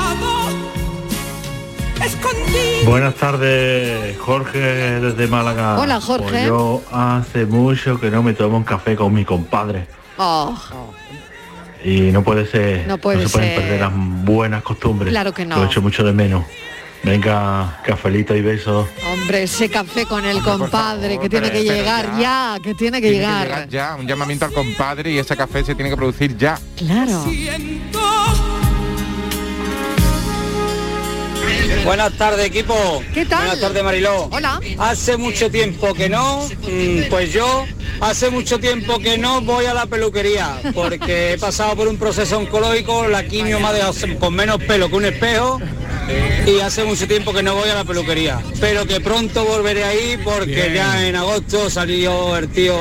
S3: Escondido.
S24: Buenas tardes, Jorge desde Málaga.
S14: Hola, Jorge.
S24: Pues yo hace mucho que no me tomo un café con mi compadre
S14: Oh,
S24: y no puede ser,
S14: No puede
S24: se pueden
S14: ser.
S24: perder las buenas costumbres.
S14: Claro que no.
S24: Lo echo mucho de menos. Venga, cafelito y besos.
S14: hombre, ese café con el compadre que tiene que
S15: pero
S14: llegar ya, que tiene que
S15: Tiene que
S14: llegar.
S15: llegar ya, un llamamiento al compadre y ese café se tiene que producir ya.
S14: Claro.
S12: Buenas tardes, equipo.
S14: ¿Qué tal?
S12: Buenas tardes, Mariló.
S14: Hola.
S12: Hace mucho tiempo que no, mm, pues yo hace mucho tiempo que no voy a la peluquería, porque he pasado por un proceso oncológico, la quimio me ha dejado sem- con menos pelo que un espejo, y hace mucho tiempo que no voy a la peluquería. Pero que pronto volveré ahí, porque
S25: Bien.
S12: ya en agosto salió el tío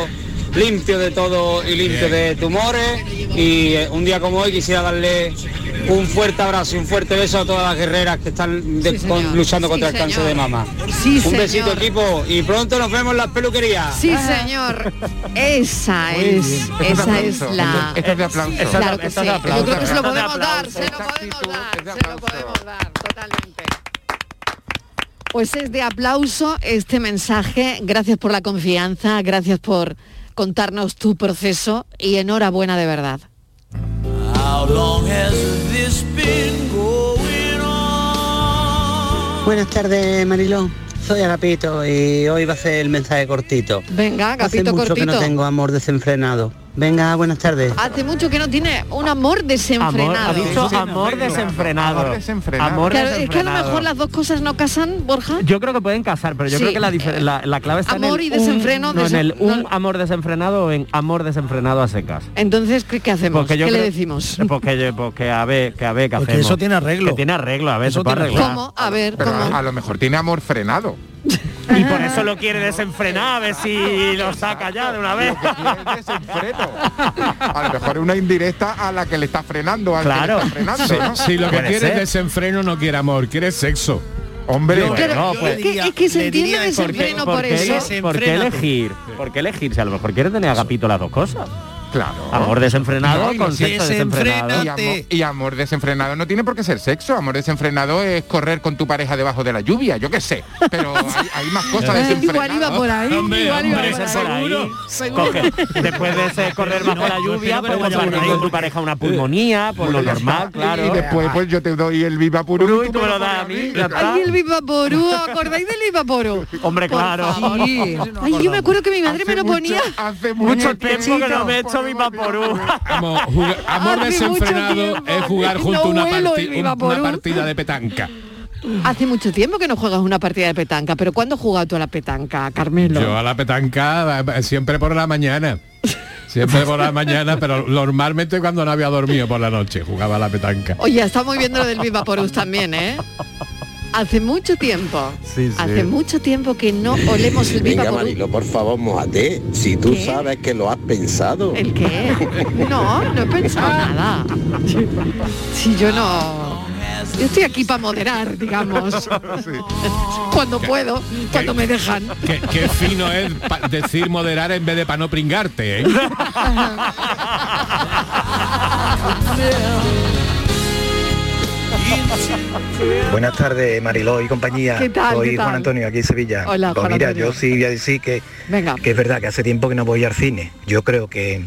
S12: limpio de todo y limpio de tumores, y eh, un día como hoy quisiera darle un fuerte abrazo y un fuerte beso a todas las guerreras que están de- con- luchando contra el cáncer de mama.
S14: Sí,
S12: un besito
S14: señor.
S12: equipo y pronto nos vemos en las peluquerías.
S14: Sí, señor. Esa
S12: Muy
S14: es,
S12: bien. Esto es
S14: esa
S12: de
S14: es
S12: aplauso.
S14: la.
S12: Esto es de aplauso.
S14: Sí, Claro que
S12: Esto
S14: sí.
S12: es de
S14: Yo creo que se lo
S12: aplauso.
S14: podemos
S12: Esto
S14: dar, se
S12: es de aplauso.
S14: lo podemos dar, se lo podemos dar, totalmente. Pues es de aplauso este mensaje. Gracias por la confianza, gracias por contarnos tu proceso y enhorabuena de verdad.
S3: How long has this been going
S26: Buenas tardes, Mariló. Soy Agapito y hoy va a ser el mensaje cortito.
S14: Venga,
S26: Hace
S14: Agapito
S26: mucho que no
S14: cortito.
S26: tengo amor desenfrenado.
S27: Venga, buenas tardes.
S14: Hace mucho que no tiene un amor desenfrenado.
S6: Amor, ha dicho amor desenfrenado.
S15: Amor desenfrenado.
S14: Amor claro, desenfrenado. Es que a lo mejor las dos cosas no casan, Borja.
S6: Yo creo que pueden casar, pero yo sí. creo que la, eh, la, la, clave está
S14: amor
S6: en
S14: y
S6: el
S14: desenfreno.
S6: Un, no, en el un no. amor desenfrenado o en amor desenfrenado a secas.
S14: Entonces, ¿qué, qué hacemos? Porque yo ¿Qué creo, le decimos?
S6: eh, Porque, porque a ver, que a ver, que hacemos.
S12: eso tiene arreglo.
S6: Que tiene arreglo, a ver, eso se puede arreglar.
S14: ¿Cómo? A ver,
S15: pero
S14: ¿cómo?
S15: A, a lo mejor tiene amor frenado.
S6: Y por eso lo quiere desenfrenar, a ver si lo saca ya de una vez.
S15: A lo mejor una indirecta a la que le está frenando, al
S6: claro.
S15: que le está frenando. ¿no?
S16: Si, si, lo que quiere ser? es desenfreno, no quiere amor, quiere sexo.
S15: Hombre,
S14: yo, bueno, yo, yo pues, diría, es que se entiende desenfreno por,
S6: qué,
S14: eso.
S6: Porque, ¿Por qué elegir? ¿Por qué elegir? Si a lo mejor quiere tener agapito las dos cosas.
S15: Claro.
S6: Amor desenfrenado no, con sexo desenfrenado.
S15: Y amor, y amor, desenfrenado no tiene por qué ser sexo. Amor desenfrenado es correr con tu pareja debajo de la lluvia, yo qué sé. Pero hay, hay más cosas desenfrenadas.
S14: Igual iba por ahí. Hombre, igual iba hombre, por
S6: seguro, ahí. Seguro. Coge, después de ese correr bajo no, la lluvia, pues compartir con tu pareja una pulmonía, por lo normal, claro.
S15: Y después pues yo te doy el viva por
S6: y tú me lo das a mí.
S14: Ay, el viva porú, ¿acordáis del viva porú?
S6: Hombre, claro.
S14: Sí. Ay, yo me acuerdo que mi madre me lo ponía.
S15: Hace mucho
S6: tiempo que no me he hecho Vaporú.
S16: Amor, amor Hace desenfrenado es jugar junto no una, parti una partida de petanca.
S14: Hace mucho tiempo que no juegas una partida de petanca, pero ¿cuándo has jugado tú a la petanca, Carmelo?
S16: Yo a la petanca eh, siempre por la mañana. Siempre por la mañana, pero normalmente cuando no había dormido por la noche jugaba a la petanca.
S14: Oye, estamos viendo lo del Viva Porus también, ¿eh? Hace mucho tiempo. Sí, sí. Hace mucho tiempo que no olemos el
S28: Venga,
S14: Viva
S28: Marilo, por favor, mojate. Si tú ¿Qué? sabes que lo has pensado.
S14: ¿El qué? No, no he pensado nada. Si yo no... Yo estoy aquí para moderar, digamos. Sí. Cuando puedo, ¿Qué? cuando me dejan.
S16: Qué, qué fino es decir moderar en vez de para no pringarte, ¿eh?
S19: Buenas tardes, Mariló y compañía.
S14: ¿Qué tal,
S19: Soy
S14: qué tal?
S19: Juan Antonio, aquí en Sevilla.
S14: Hola,
S19: pues
S14: Juan
S19: mira,
S14: Antonio.
S19: yo sí voy a decir que,
S14: Venga.
S19: que es verdad que hace tiempo que no voy al cine. Yo creo que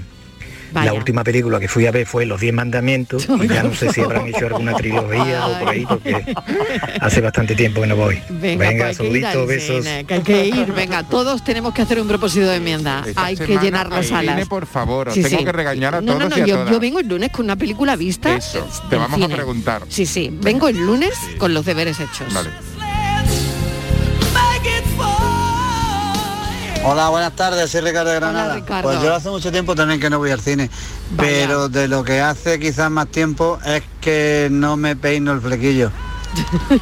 S14: Vaya.
S19: la última película que fui a ver fue Los Diez Mandamientos. y ya no sé si habrán hecho alguna trilogía o por ahí, porque hace bastante tiempo que no voy.
S14: Venga, pues hay que ir
S19: saluditos,
S14: al
S19: besos.
S14: cine, que hay que ir. Venga, todos tenemos que hacer un propósito de enmienda.
S15: Esta
S14: hay que
S15: semana
S14: llenar las
S15: al
S14: salas.
S15: cine, por favor, os tengo que regañar a
S14: no,
S15: todos
S14: no, no,
S15: y a
S14: yo,
S15: todas.
S14: yo vengo el lunes con una película vista.
S15: Eso,
S14: eh,
S15: te
S14: del
S15: vamos a
S14: cine.
S15: preguntar.
S14: Sí, sí, vengo el lunes con los deberes hechos.
S15: Vale.
S27: Hola, buenas tardes, soy Ricardo de
S14: Hola,
S27: Granada.
S14: Ricardo.
S27: Pues yo hace mucho tiempo también que no voy al cine,
S14: Vaya.
S27: pero de lo que hace quizás más tiempo es que no me peino el flequillo.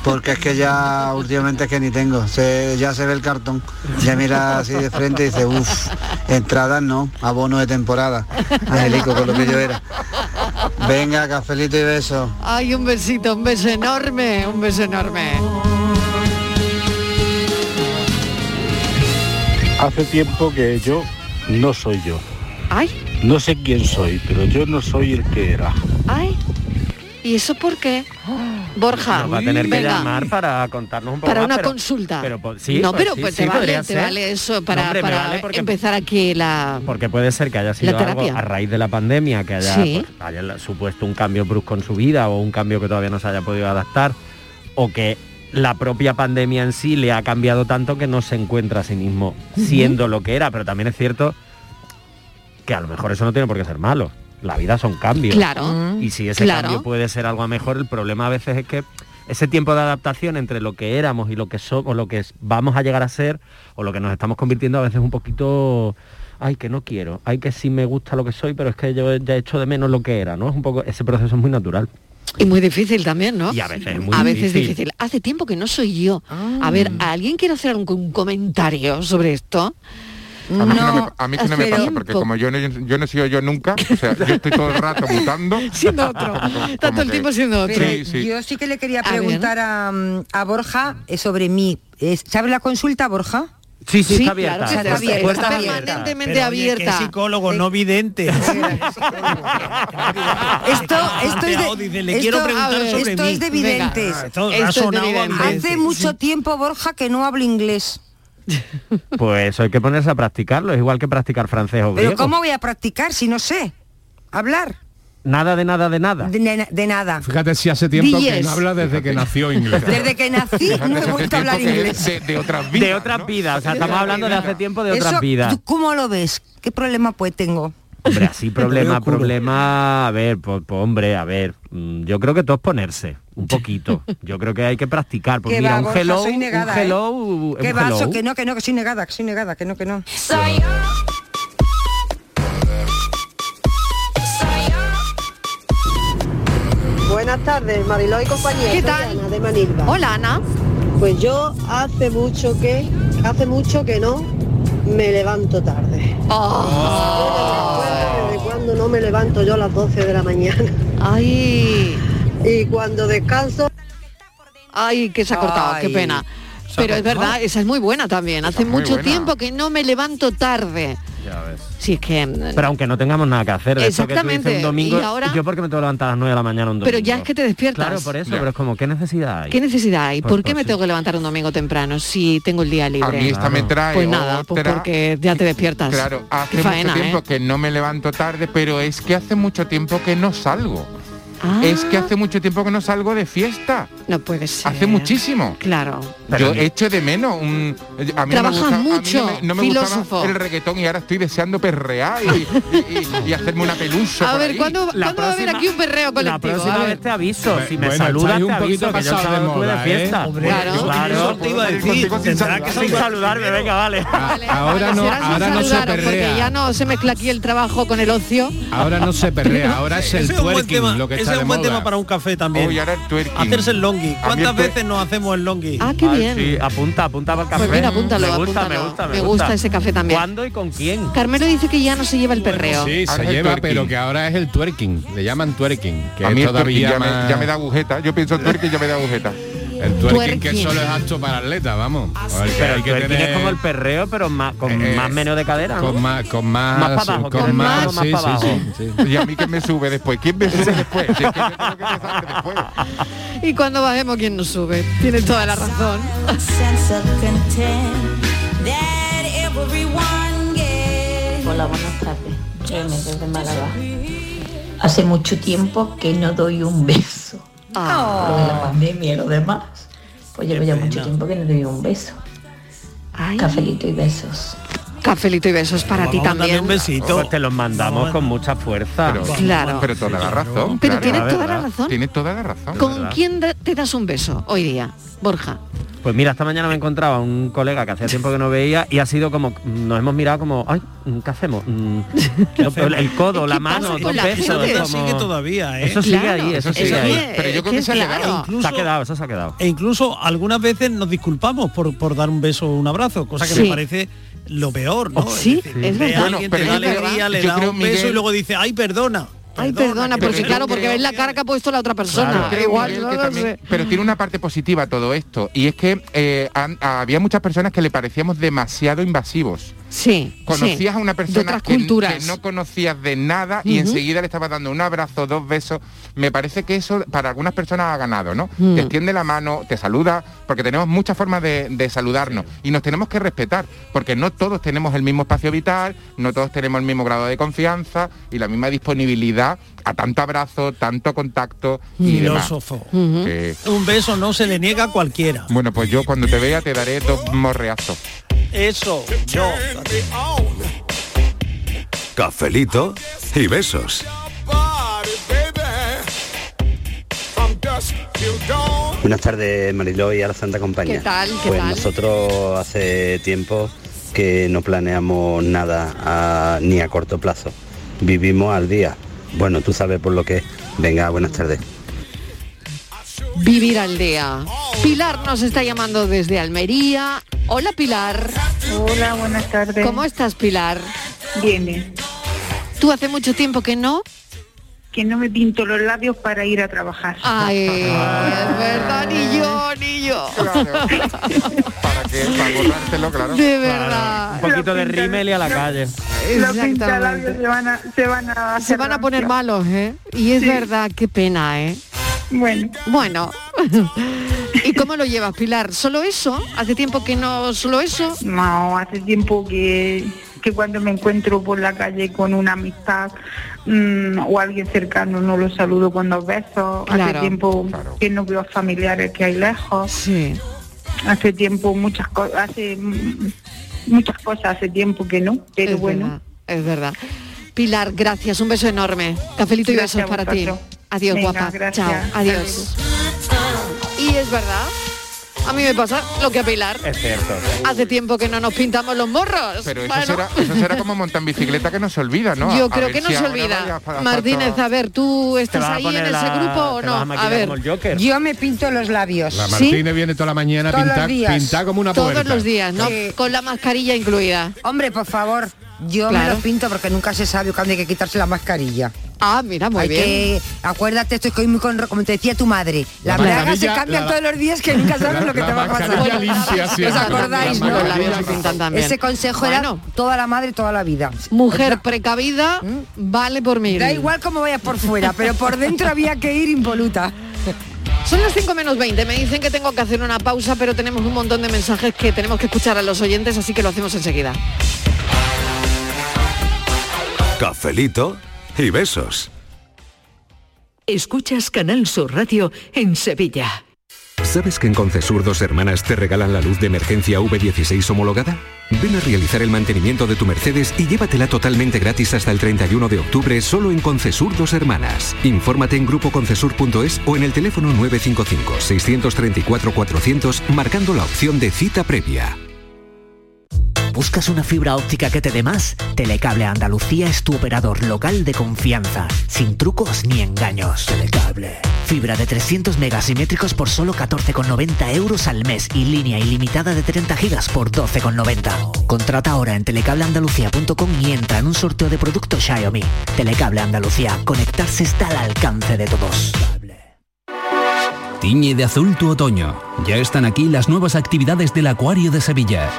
S27: Porque es que ya últimamente es que ni tengo, se, ya se ve el cartón, ya mira así de frente y dice, uff, entrada no, abono de temporada, Angelico, con lo que yo era. Venga, cafelito y beso.
S14: Ay, un besito, un beso enorme, un beso enorme.
S24: Hace tiempo que yo no soy yo.
S14: Ay,
S24: No sé quién soy, pero yo no soy el que era.
S14: ay. ¿Y eso por qué? Borja,
S6: Nos va a tener que
S14: venga.
S6: llamar para contarnos un poco
S14: para
S6: más,
S14: una
S6: pero-
S14: consulta.
S6: pero po- sí,
S14: no, pero
S6: sí,
S14: pues
S6: sí,
S14: te, vale,
S6: podría
S14: te
S6: ser.
S14: vale eso para,
S6: No, hombre, me
S14: para
S6: vale porque-
S14: empezar aquí la...
S6: Porque puede ser que haya sido
S14: La
S6: algo
S14: terapia.
S6: a raíz de la pandemia, que haya,
S14: Sí.
S6: pues, haya la- supuesto un cambio brusco en su vida o un cambio que todavía no se haya podido adaptar, o que la propia pandemia en sí le ha cambiado tanto que no se encuentra a sí mismo siendo lo que era, pero también es cierto que a lo mejor eso no tiene por qué ser malo. La vida son cambios.
S14: Claro.
S6: Y si ese
S14: Claro.
S6: cambio puede ser algo a mejor, el problema a veces es que ese tiempo de adaptación entre lo que éramos y lo que somos, lo que es- vamos a llegar a ser, o lo que nos estamos convirtiendo a veces un poquito, ay, que no quiero, ay, que sí me gusta lo que soy, pero es que yo ya echo de menos lo que era, ¿no? Es un poco, ese proceso es muy natural.
S14: Y muy difícil también, ¿no?
S6: Y a veces es muy
S14: Oh, a veces
S6: difícil.
S14: difícil. Hace tiempo que no soy yo. A ver,
S15: Ah.
S14: ¿alguien quiere hacer algún un comentario sobre esto?
S15: A mí, que no me, a mí que no me
S14: espera.
S15: pasa, porque como yo no, yo no he sido yo nunca, o sea, yo estoy todo el rato mutando.
S14: Siendo otro. Tanto el
S15: que-
S14: tiempo siendo otro.
S17: Pero
S15: Sí, sí.
S17: yo sí que le quería
S14: A ver.
S17: preguntar a, mm, a Borja eh, sobre mí. Eh, ¿Sabe la consulta, Borja?
S6: Sí, sí,
S14: Sí, claro
S6: está abierta.
S14: que está
S6: Puerta-
S17: abierta,
S6: puerta
S17: está
S6: abierta.
S14: Permanentemente
S12: Pero, oye, que
S14: abierta. Eh,
S12: psicólogo, no vidente.
S17: Esto, esto es
S12: Santiago
S17: de,
S12: Ah, dice, le
S17: esto-
S12: quiero preguntar
S17: a ver,
S12: sobre
S17: esto
S12: mí.
S17: es de
S12: Venga.
S17: videntes.
S12: Ah, esto ha
S14: Esto es de
S12: sonado a
S14: videntes.
S12: vidente.
S17: Hace mucho tiempo, Borja, que no hablo inglés.
S6: Pues eso hay que ponerse a practicarlo, es igual que practicar francés
S17: Pero
S6: o griego.
S17: ¿cómo voy a practicar si no sé hablar?
S6: Nada de nada de nada.
S17: De, na- de nada.
S16: Fíjate si hace tiempo que
S14: Diez.
S16: no habla desde que nació inglés.
S17: Desde que nací no he
S15: Hace
S17: vuelto a hablar
S15: tiempo que
S17: inglés.
S15: es De, de otras vidas.
S6: De otras vidas, o sea,
S15: De
S6: estamos
S15: otras
S6: hablando de
S15: vidas.
S6: hace tiempo de
S17: Eso,
S6: otras vidas.
S17: ¿tú ¿Cómo lo ves? ¿Qué problema pues tengo?
S6: Hombre, así problema, problema, a ver, pues, pues, hombre, a ver, mm, yo creo que todo es ponerse, un poquito. Yo creo que hay que practicar. Pues
S17: Que
S6: mira,
S17: va,
S6: un
S17: Borja,
S6: hello,
S17: soy negada,
S6: un hello,
S17: ¿eh?
S15: Uh,
S6: un
S17: Que va,
S6: hello.
S17: so- que no, que no, que soy negada, que soy negada, que no, que no.
S29: Buenas tardes, Mariló y compañía. Soy
S14: ¿Qué tal?
S29: Ana de Manilva.
S14: Hola, Ana.
S29: Pues yo hace mucho que, hace mucho que no me levanto tarde.
S14: Ah.
S29: Yo no me acuerdo Desde cuando no me levanto yo a las 12 de la mañana.
S14: Ay.
S29: Y cuando descanso.
S14: Ay, que se ha cortado, qué pena.
S29: Se ha
S14: Pero es
S29: cortado.
S14: verdad, esa es muy buena también. Hace
S6: es muy
S14: mucho
S6: buena.
S14: tiempo que no me levanto tarde.
S6: Ya ves.
S14: Si es que...
S6: Pero aunque no tengamos nada que hacer, de esto que tú dices
S14: Exactamente,
S6: un domingo,
S14: y ahora-
S6: yo porque me tengo que levantar a las 9 de la mañana un domingo.
S14: Pero ya es que te despiertas.
S6: Claro, por eso, pero es como, ¿qué necesidad hay?
S14: ¿Qué necesidad hay?
S6: Pues-
S14: ¿Por qué
S6: pues
S14: me
S6: sí.
S14: tengo que levantar un domingo temprano si tengo el día libre?
S15: A mí esta me trae
S14: Pues nada, pues
S15: otra-
S14: porque ya te despiertas.
S15: Claro, hace
S14: Qué
S15: mucho
S14: faena,
S15: tiempo
S14: ¿eh?
S15: que no me levanto tarde, pero es que hace mucho tiempo que no salgo. Es que hace mucho tiempo que no salgo de fiesta.
S14: Ah. No puede ser.
S15: Hace muchísimo.
S14: Claro.
S15: Yo echo de menos un... A mí no me
S14: Trabajas
S15: gusta- a mí no
S14: mucho,
S15: me- no me, gustaba
S14: filósofo.
S15: el reggaetón y ahora estoy deseando perrear y, y- y- y hacerme una pelusa
S14: A
S15: por
S14: ver,
S15: ahí.
S14: ¿cuándo, ¿cuándo va a haber aquí un perreo colectivo?
S15: la próxima
S14: A ver.
S15: vez te aviso,
S6: Si me
S15: Bueno,
S6: saludas,
S15: estáis
S6: te
S15: un poquito
S6: aviso que yo el
S15: pasado de
S6: sábado estuve de
S15: moda, ¿eh?
S6: fiesta.
S15: Hombre,
S6: claro,
S15: yo-
S6: claro.
S15: eso te iba a decir, tendrá que
S6: Sin
S15: saludar.
S6: saludarme, venga, vale.
S15: Ahora no,
S14: Será sin
S15: ahora no se
S14: saludaros, Porque ya
S15: perrea.
S14: no se mezcla aquí el trabajo con el ocio. Pues
S15: Ahora no se
S16: perrea, ahora es el
S12: Ese es un buen
S16: twerking
S12: tema,
S16: lo que
S12: ese
S16: está
S12: es
S16: de
S12: un buen
S16: moda.
S12: tema para un café también.
S15: Uy, ahora el twerking.
S12: Hacerse el longi.
S15: el
S16: este-
S12: ¿Cuántas
S15: twer-
S12: veces nos hacemos el longi?
S14: Ah, qué bien.
S6: Sí, apunta, apunta para el café.
S14: Pues mira, apúntalo,
S6: me gusta,
S14: apúntalo.
S6: me gusta, me,
S14: Me gusta ese café también.
S6: ¿Cuándo y con quién?
S14: Carmelo dice que ya no se lleva el perreo.
S15: sí.
S16: Sí, se
S15: Ahora es el
S16: lleva,
S15: twerking.
S16: pero que ahora es el twerking. Le llaman twerking. Que
S15: A mí
S16: es
S15: el twerking
S16: todavía
S15: ya,
S16: más-
S15: me, ya me da agujeta. Yo pienso en twerking y ya me da agujeta.
S16: El twerking, que
S15: Twerking.
S16: solo es apto para atleta, vamos.
S17: Ah,
S16: A ver, que
S6: Pero
S16: hay
S6: el
S16: que
S6: twerking es
S16: tener-
S6: como el perreo, pero más, con
S16: Eh,
S6: más menos de cadera. ¿no?
S16: Con más, con más,
S6: Más para abajo,
S16: con
S6: ¿quieres
S16: más,
S6: más o más
S16: sí,
S6: para
S16: sí,
S6: abajo?
S16: sí,
S15: Y a mí que me sube después. ¿Quién me sube después? Si es que yo tengo que pensar después.
S14: Y cuando bajemos, ¿quién nos sube? Tiene toda la razón.
S9: Hola, buenas tardes. Jaime, desde Málaga. Hace mucho tiempo que no doy un beso.
S14: Ah.
S9: Por la pandemia y lo demás. Pues yo ya mucho tiempo que no doy un beso. Cafelito y besos.
S14: Cafelito y besos para ti también.
S6: Pues te los mandamos con mucha fuerza.
S14: Pero- Claro.
S15: Pero toda la razón.
S14: Pero
S15: claro.
S14: tienes toda la razón.
S15: Tienes toda la razón.
S14: ¿Con quién da- te das un beso hoy día, Borja?
S6: Pues mira, esta mañana me encontraba un colega que hacía tiempo que no veía y ha sido como, nos hemos mirado como, ay, ¿qué hacemos? Mm, el, el codo, la mano, dos
S12: Eso
S6: besos.
S12: sigue
S6: como-
S12: todavía, ¿eh?
S6: Eso sigue ahí, eso sigue ahí. Se ha
S12: Incluso-
S6: quedado, eso se ha quedado.
S12: E incluso algunas veces nos disculpamos por, por dar un beso o un abrazo, cosa que
S6: Sí.
S12: me parece lo peor, ¿no?
S14: Oh, Sí, es
S12: ve a
S14: verdad.
S12: alguien, te
S14: Bueno, pero
S12: da
S14: yo creo-
S12: alegría, le
S14: yo
S12: da
S14: creo,
S12: un beso
S14: Miguel-
S12: y luego dice, ay, perdona.
S14: Ay, perdona,
S12: pero
S14: porque
S12: yo
S14: claro, porque
S12: creo
S14: ves la cara que ha puesto la otra persona.
S15: Creo,
S14: Igual,
S15: Miguel,
S14: no
S15: que
S14: lo
S15: también-
S14: sé.
S15: pero tiene una parte positiva todo esto y es que eh, han- había muchas personas que le parecíamos demasiado invasivos.
S14: Sí. sí.
S15: Conocías a una
S14: De
S15: persona
S14: otras
S15: que,
S14: culturas.
S15: que no conocías de nada y
S14: Ujú.
S15: enseguida le estabas dando un abrazo, dos besos. Me parece que eso para algunas personas ha ganado, ¿no?
S30: Mm.
S15: Te extiende la mano, te saluda, porque tenemos muchas formas de, de saludarnos y nos tenemos que respetar, porque no todos tenemos el mismo espacio vital, no todos tenemos el mismo grado de confianza y la misma disponibilidad a tanto abrazo, tanto contacto
S14: Mm.
S15: y demás.
S12: Filósofo.
S15: Eh,
S12: Un beso no se le niega a cualquiera.
S15: bueno, pues yo cuando te vea te daré dos morreazos.
S12: Eso, yo.
S18: Cafelito y besos.
S26: Buenas tardes, Mariló y a la Santa Compañía.
S14: ¿Qué tal? ¿Qué
S26: pues
S14: tal?
S26: nosotros hace tiempo que no planeamos nada a- ni a corto plazo. Vivimos al día. Bueno, tú sabes por lo que es. Venga, buenas tardes.
S14: Vivir al día. Pilar nos está llamando desde Almería. Hola Pilar. Hola, buenas tardes. ¿Cómo estás Pilar? Bien, ¿Tú hace mucho tiempo que no?
S31: Que no me pinto los labios para ir a trabajar.
S14: Ay, es verdad, ni yo, ni yo.
S15: Para que para borrártelo, claro.
S14: De verdad.
S6: Un poquito de rímel y a la calle.
S31: Los
S14: Exactamente.
S31: pintalabios se van a, se van a,
S14: Se van a poner malos, ¿eh? Y es verdad, qué pena, ¿eh?
S31: Bueno.
S14: Bueno. ¿Y cómo lo llevas, Pilar? ¿Solo eso? ¿Hace tiempo que no solo eso?
S31: No, hace tiempo que, que cuando me encuentro por la calle con una amistad mm, o alguien cercano no lo saludo con dos besos.
S14: Claro.
S31: Hace tiempo que no veo a familiares que hay lejos.
S14: Sí.
S31: Hace tiempo muchas cosas, hace mm, muchas cosas hace tiempo que no, pero
S14: Es
S31: bueno.
S14: verdad, es verdad. Pilar, gracias, un beso enorme. Cafelito y
S31: Gracias
S14: besos
S31: a
S14: para ti.
S31: vosotros.
S14: Adiós,
S31: Venga,
S14: guapa.
S31: gracias.
S14: Chao.
S31: Hasta
S14: Adiós. Y es verdad. A mí me pasa lo que a Pilar.
S15: Es cierto.
S14: Hace tiempo que no nos pintamos los morros.
S15: Pero eso,
S14: Bueno,
S15: será, eso será como montar en bicicleta que no se olvida, ¿no?
S14: yo
S15: A
S14: creo
S15: ver
S14: que
S15: si
S14: no se
S15: ahora
S17: Ah.
S14: olvida.
S15: vaya para-
S14: Martínez, a ver, ¿tú estás
S15: vas a
S14: ahí en
S15: poner
S14: ese
S15: la-
S14: grupo o
S15: te
S14: no?
S15: vas a
S14: a
S15: maquillar
S14: ver.
S15: como el Joker.
S17: Yo me pinto los labios.
S16: La
S17: ¿sí?
S16: Martínez viene toda la mañana
S17: Todos los
S16: pintada
S17: días.
S16: pintada como una
S14: Todos
S16: puerta.
S14: los días, ¿no?
S17: Sí.
S14: Con la mascarilla incluida.
S17: Hombre, por favor, yo me
S14: Claro.
S17: lo pinto porque nunca se sabe cuándo hay que quitarse la mascarilla.
S14: Ah, mira, muy
S17: Hay
S14: bien.
S17: que- acuérdate, estoy muy con, como te decía tu madre, la,
S14: La
S17: braga se
S14: mascarilla-
S17: cambia
S14: la-
S17: todos los días que nunca sabes
S14: la-
S17: lo que
S14: la
S17: te va a pasar.
S14: mascarilla limpia
S17: ¿Os
S14: siempre.
S17: acordáis,
S14: La
S17: no?
S14: mascarilla se pintan también.
S17: Ese consejo era toda la madre, toda la vida. ¿Mm?
S14: Mujer precavida, vale por mí.
S17: Da igual cómo vayas por fuera, pero por dentro había que ir impoluta.
S14: Son las 5 menos 20. Me dicen que tengo que hacer una pausa, pero tenemos un montón de mensajes que tenemos que escuchar a los oyentes, así que lo hacemos enseguida.
S18: Cafelito y besos.
S1: Escuchas Canal Sur Radio en Sevilla.
S20: ¿Sabes que en Concesur dos hermanas te regalan la luz de emergencia V16 homologada? Ven a realizar el mantenimiento de tu Mercedes y llévatela totalmente gratis hasta el 31 de octubre solo en Concesur dos hermanas. Infórmate en grupoconcesur.es o en el teléfono 955 634 400 marcando la opción de cita previa.
S32: ¿Buscas una fibra óptica que te dé más? Telecable Andalucía es tu operador local de confianza, sin trucos ni engaños. Telecable. Fibra de 300 megasimétricos por solo 14,90 euros al mes y línea ilimitada de 30 gigas por 12,90. Contrata ahora en telecableandalucía.com y entra en un sorteo de productos Xiaomi. Telecable Andalucía. Conectarse está al alcance de todos.
S30: Tiñe de azul tu otoño. Ya están aquí las nuevas actividades del Acuario de Sevilla.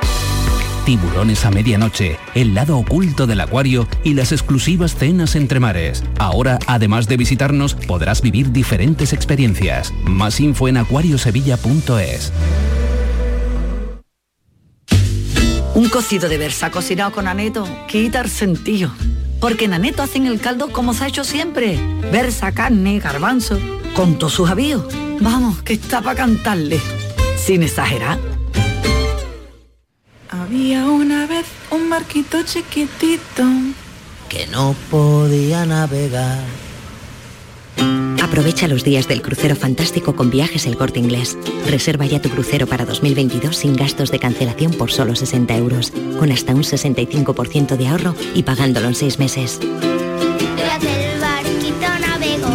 S30: Tiburones a medianoche, el lado oculto del acuario y las exclusivas cenas entre mares. Ahora, además de visitarnos, podrás vivir diferentes experiencias. Más info en acuariosevilla.es.
S22: Un cocido de versa cocinado con aneto quita el sentido. Porque en aneto hacen el caldo como se ha hecho siempre. Versa, carne, garbanzo, con todos sus avíos. Vamos, que está para cantarle. Sin exagerar.
S4: Había una vez un barquito chiquitito. que no podía navegar.
S33: Aprovecha los días del crucero fantástico con viajes el corte inglés. Reserva ya tu crucero para 2022 sin gastos de cancelación por solo 60 euros, con hasta un 65% de ahorro y pagándolo en seis meses.
S7: el barquito navegó.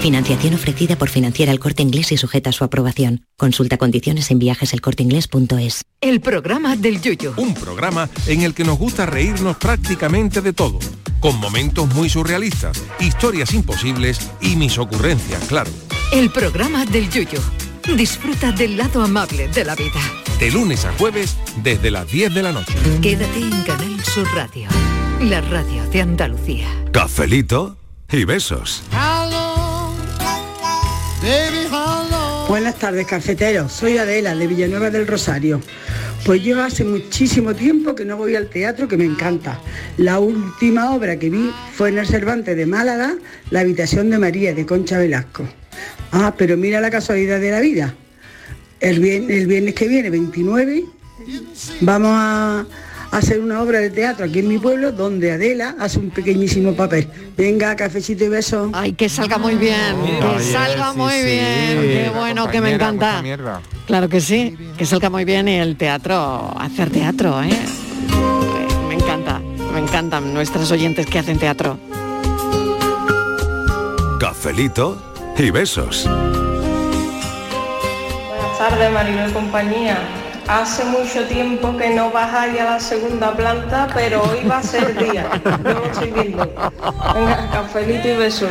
S33: Financiación ofrecida por financiera el corte inglés y sujeta a su aprobación. Consulta condiciones en viajeselcorteinglés.es.
S30: El programa del Yuyo.
S33: Un programa en el que nos gusta reírnos prácticamente de todo, con momentos muy surrealistas, historias imposibles y mis ocurrencias, claro.
S30: El programa del Yuyo. Disfruta del lado amable de la vida.
S33: De lunes a jueves desde las 10 de la noche.
S30: Quédate en Canal Sur Radio, la radio de Andalucía.
S18: Cafelito y besos.
S33: Buenas tardes, cafeteros. Soy Adela de Villanueva del Rosario. Pues yo hace muchísimo tiempo que no voy al teatro que me encanta. La última obra que vi fue en el Cervantes de Málaga, La habitación de María de Concha Velasco. Ah, pero mira la casualidad de la vida. El viernes, el viernes que viene, 29, vamos a hacer una obra de teatro aquí en mi pueblo donde Adela hace un pequeñísimo papel. Venga, cafecito y beso.
S14: Ay, que salga muy bien. Que salga muy bien. Qué bueno, que me encanta. Claro que sí. Que salga muy bien el teatro, hacer teatro, ¿eh? Me encanta. Me encantan nuestras oyentes que hacen teatro.
S18: Cafelito y besos.
S34: Buenas tardes, Marino y compañía. Hace mucho tiempo que no bajáis a la segunda planta, pero hoy va a ser día. Yo lo estoy viendo. Venga, cafelito y besos.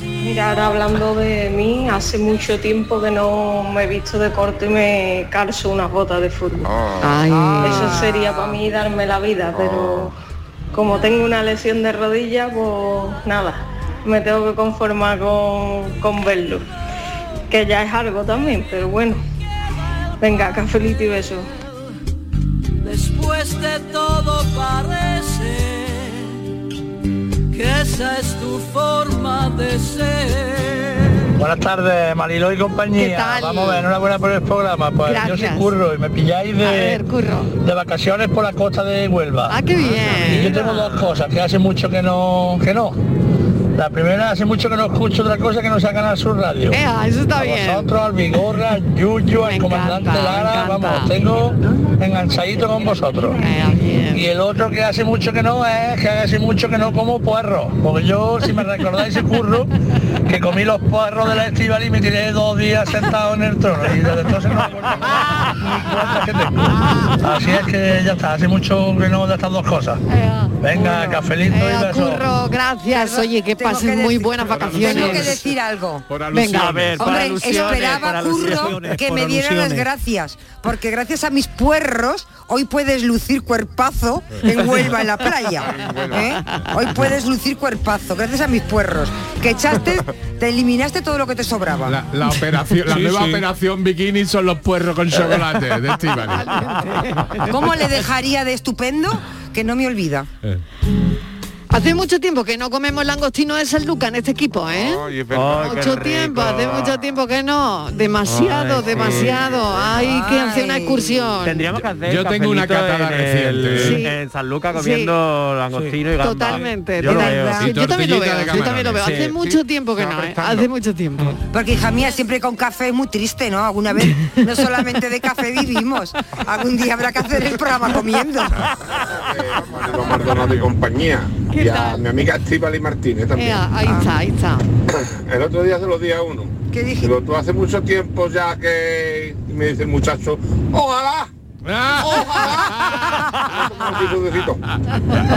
S34: Mira, ahora hablando de mí, hace mucho tiempo que no me he visto de corto y me calzo unas botas de fútbol. Eso sería para mí darme la vida, pero como tengo una lesión de rodilla, pues nada, me tengo que conformar con, con verlo. Que ya es algo también, pero bueno. Venga, cafelito y beso.
S3: Después de todo parece que esa es tu forma de ser.
S28: Buenas tardes, Mariló y compañía.
S14: ¿Qué tal?
S28: Vamos a ver, enhorabuena por el programa. Pues yo soy
S14: Gracias.
S28: curro y me pilláis de,
S14: A ver, curro.
S28: de vacaciones por la costa de Huelva.
S14: Ah, qué bien.
S28: Y yo tengo dos cosas que hace mucho que no, que no. La primera, hace mucho que no escucho otra cosa que no sea Canal Sur Radio.
S14: Ea, eso está
S28: a
S14: bien.
S28: vosotros, al Vigorra, al Yuyu, al comandante Lara, vamos, tengo enganchadito con vosotros. Y el otro que hace mucho que no es que hace mucho que no como puerro. Porque yo, si me recordáis el curro, que comí los puerros de la estival y me tiré dos días sentado en el trono. Y desde entonces no me acuerdo más ni cuentas que tengo. Así es que ya está, hace mucho que no de estas dos cosas. Venga, cafelito y besos.
S14: Eh, Curro, gracias. Oye, que pases muy buenas vacaciones.
S17: Tengo que decir algo.
S14: alusiones.
S17: Venga,
S14: A ver, por
S17: hombre,
S14: alusiones, por
S17: esperaba curro
S14: alusiones,
S17: que
S14: por
S17: me dieran las
S14: alusiones.
S17: gracias, porque gracias a mis puerros hoy puedes lucir cuerpazo en Huelva en la playa. ¿eh? Hoy puedes lucir cuerpazo gracias a mis puerros que echaste, te eliminaste todo lo que te sobraba.
S16: La operación, la
S17: Sí,
S16: nueva
S17: sí.
S16: operación bikini son los puerros con chocolate de Estíbaliz.
S17: ¿Cómo le dejaría de estupendo que no me olvida?
S15: Eh.
S14: Hace mucho tiempo que no comemos langostino de San Lucas en este equipo, ¿eh?
S15: es verdad. Ay, qué
S14: mucho tiempo,
S15: rico.
S14: hace mucho tiempo que no. Demasiado,
S15: Ay, sí.
S14: demasiado. Hay que hacer una excursión.
S6: Tendríamos que hacer
S15: yo tengo una
S6: cafelito
S15: catada
S6: en el-
S15: reciente. Sí.
S6: en San Lucas comiendo langostino y gamba.
S14: Totalmente,
S6: Yo lo veo.
S14: totalmente. yo también lo veo, yo también lo veo.
S6: Sí.
S14: Hace mucho tiempo que no, ¿eh? Hace mucho tiempo.
S17: Porque hija mía, siempre con café es muy triste, ¿no? Alguna vez no solamente de café vivimos. Algún día habrá que hacer el programa comiendo.
S5: Manolo Maldonado y compañía.
S14: ¿Qué
S5: Y a
S14: tal?
S5: mi amiga Estivali Martínez también.
S14: Ea, Eh, ahí está, ahí está.
S5: El otro día se lo di a uno.
S17: ¿Qué dije?
S5: Digo, tú hace mucho tiempo ya que y me dice el muchacho, ojalá.
S15: Ah.
S5: Ojalá.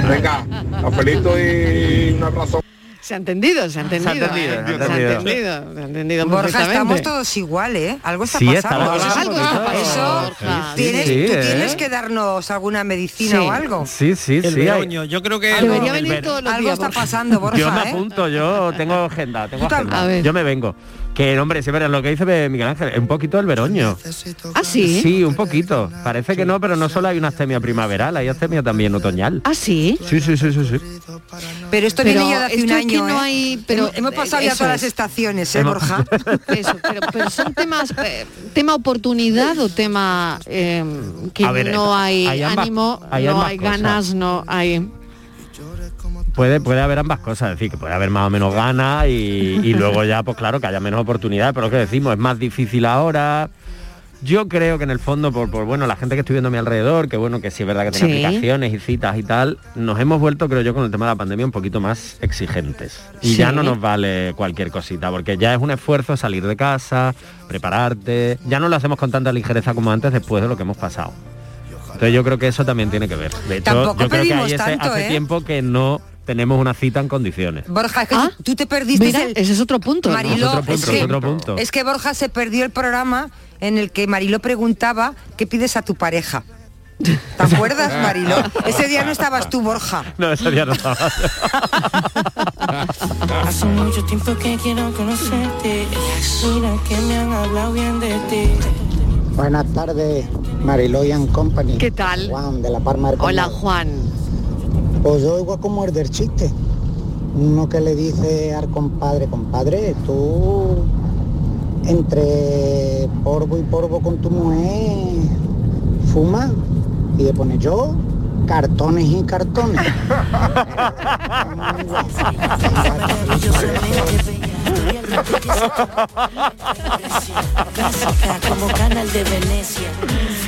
S5: Venga, a felito y un abrazo.
S14: Se ha entendido, se ha entendido.
S5: entendido,
S14: ¿eh?
S5: se ha
S14: Se ha
S5: entendido.
S14: entendido, se ha entendido
S17: Borja, estamos
S14: perfectamente.
S17: todos igual, ¿eh? Algo está
S14: Sí,
S17: pasando.
S14: estamos todos Algo está igual. pasando,
S17: Eso,
S14: Borja.
S17: tienes,
S6: Sí,
S17: tú
S6: ¿eh?
S17: tienes que darnos alguna medicina o algo.
S6: Sí, sí,
S12: El
S6: sí.
S12: veroño, yo creo que
S6: Algo-
S17: Debería
S6: el
S17: venir
S6: ver-
S17: todos los Algo días, está Borja. pasando, Borja,
S6: Yo me
S17: ¿eh?
S6: apunto, yo tengo agenda, tengo
S17: Tú tam-
S6: agenda.
S17: A ver.
S6: Yo me vengo. Que hombre, sí, pero lo que dice Miguel Ángel, es un poquito el veroño.
S17: ¿eh?
S14: Ah, sí.
S6: Sí, un poquito. Parece que no, pero no solo hay una astemia primaveral, hay astemia también otoñal.
S14: Ah, sí.
S6: Sí, sí, sí, sí, sí.
S17: Pero esto
S14: Pero
S17: viene ya de hace un
S14: esto es que
S17: año.
S14: no
S17: ¿eh?
S14: hay- pero-
S17: hemos pasado ya
S14: eso
S17: todas
S14: es.
S17: las estaciones, ¿eh, Borja?
S14: Eso, pero, pero son temas, eh, tema oportunidad o tema eh, que
S6: A ver,
S14: no hay,
S6: hay ambas-
S14: ánimo,
S6: hay
S14: no
S6: ambas
S14: hay
S6: cosas.
S14: ganas, no hay...
S6: Puede, puede haber ambas cosas, es decir, que puede haber más o menos ganas y, y luego ya, pues claro, que haya menos oportunidades, pero lo que decimos, es más difícil ahora. Yo creo que en el fondo, por, por bueno, la gente que estoy viendo a mi alrededor, que bueno, que sí es verdad que tiene
S19: Sí.
S6: aplicaciones y citas y tal, nos hemos vuelto, creo yo, con el tema de la pandemia un poquito más exigentes. Y ya
S19: Sí.
S6: no nos vale cualquier cosita, porque ya es un esfuerzo salir de casa, prepararte, ya no lo hacemos con tanta ligereza como antes después de lo que hemos pasado. Entonces yo creo que eso también tiene que ver. De hecho,
S17: Tampoco
S6: yo creo que
S17: pedimos
S6: ahí ese-
S17: tanto,
S6: hace
S17: ¿eh?
S6: tiempo que no tenemos una cita en condiciones.
S17: Borja, es que tú- tú te perdiste
S14: Ah, Mira,
S17: el...
S14: ese es otro punto. ¿no?
S17: Mariló,
S6: Otro punto,
S17: es, que,
S6: otro punto.
S17: es que Borja se perdió el programa en el que Mariló preguntaba qué pides a tu pareja. ¿Te acuerdas, Mariló? Ese día no estabas tú, Borja.
S6: No, ese día no estaba.
S3: Hace mucho tiempo que quiero conocerte. Mira que me han hablado bien de ti.
S35: Buenas tardes, Mariloyan Company.
S14: ¿Qué tal?
S35: Juan de la Palma del
S14: Hola,
S35: Condado.
S14: Juan.
S35: Pues yo igual como el del chiste. Uno que le dice al compadre, compadre, tú entre polvo y polvo con tu mujer fuma y le pone yo cartones y cartones.
S3: Como canal de Venecia.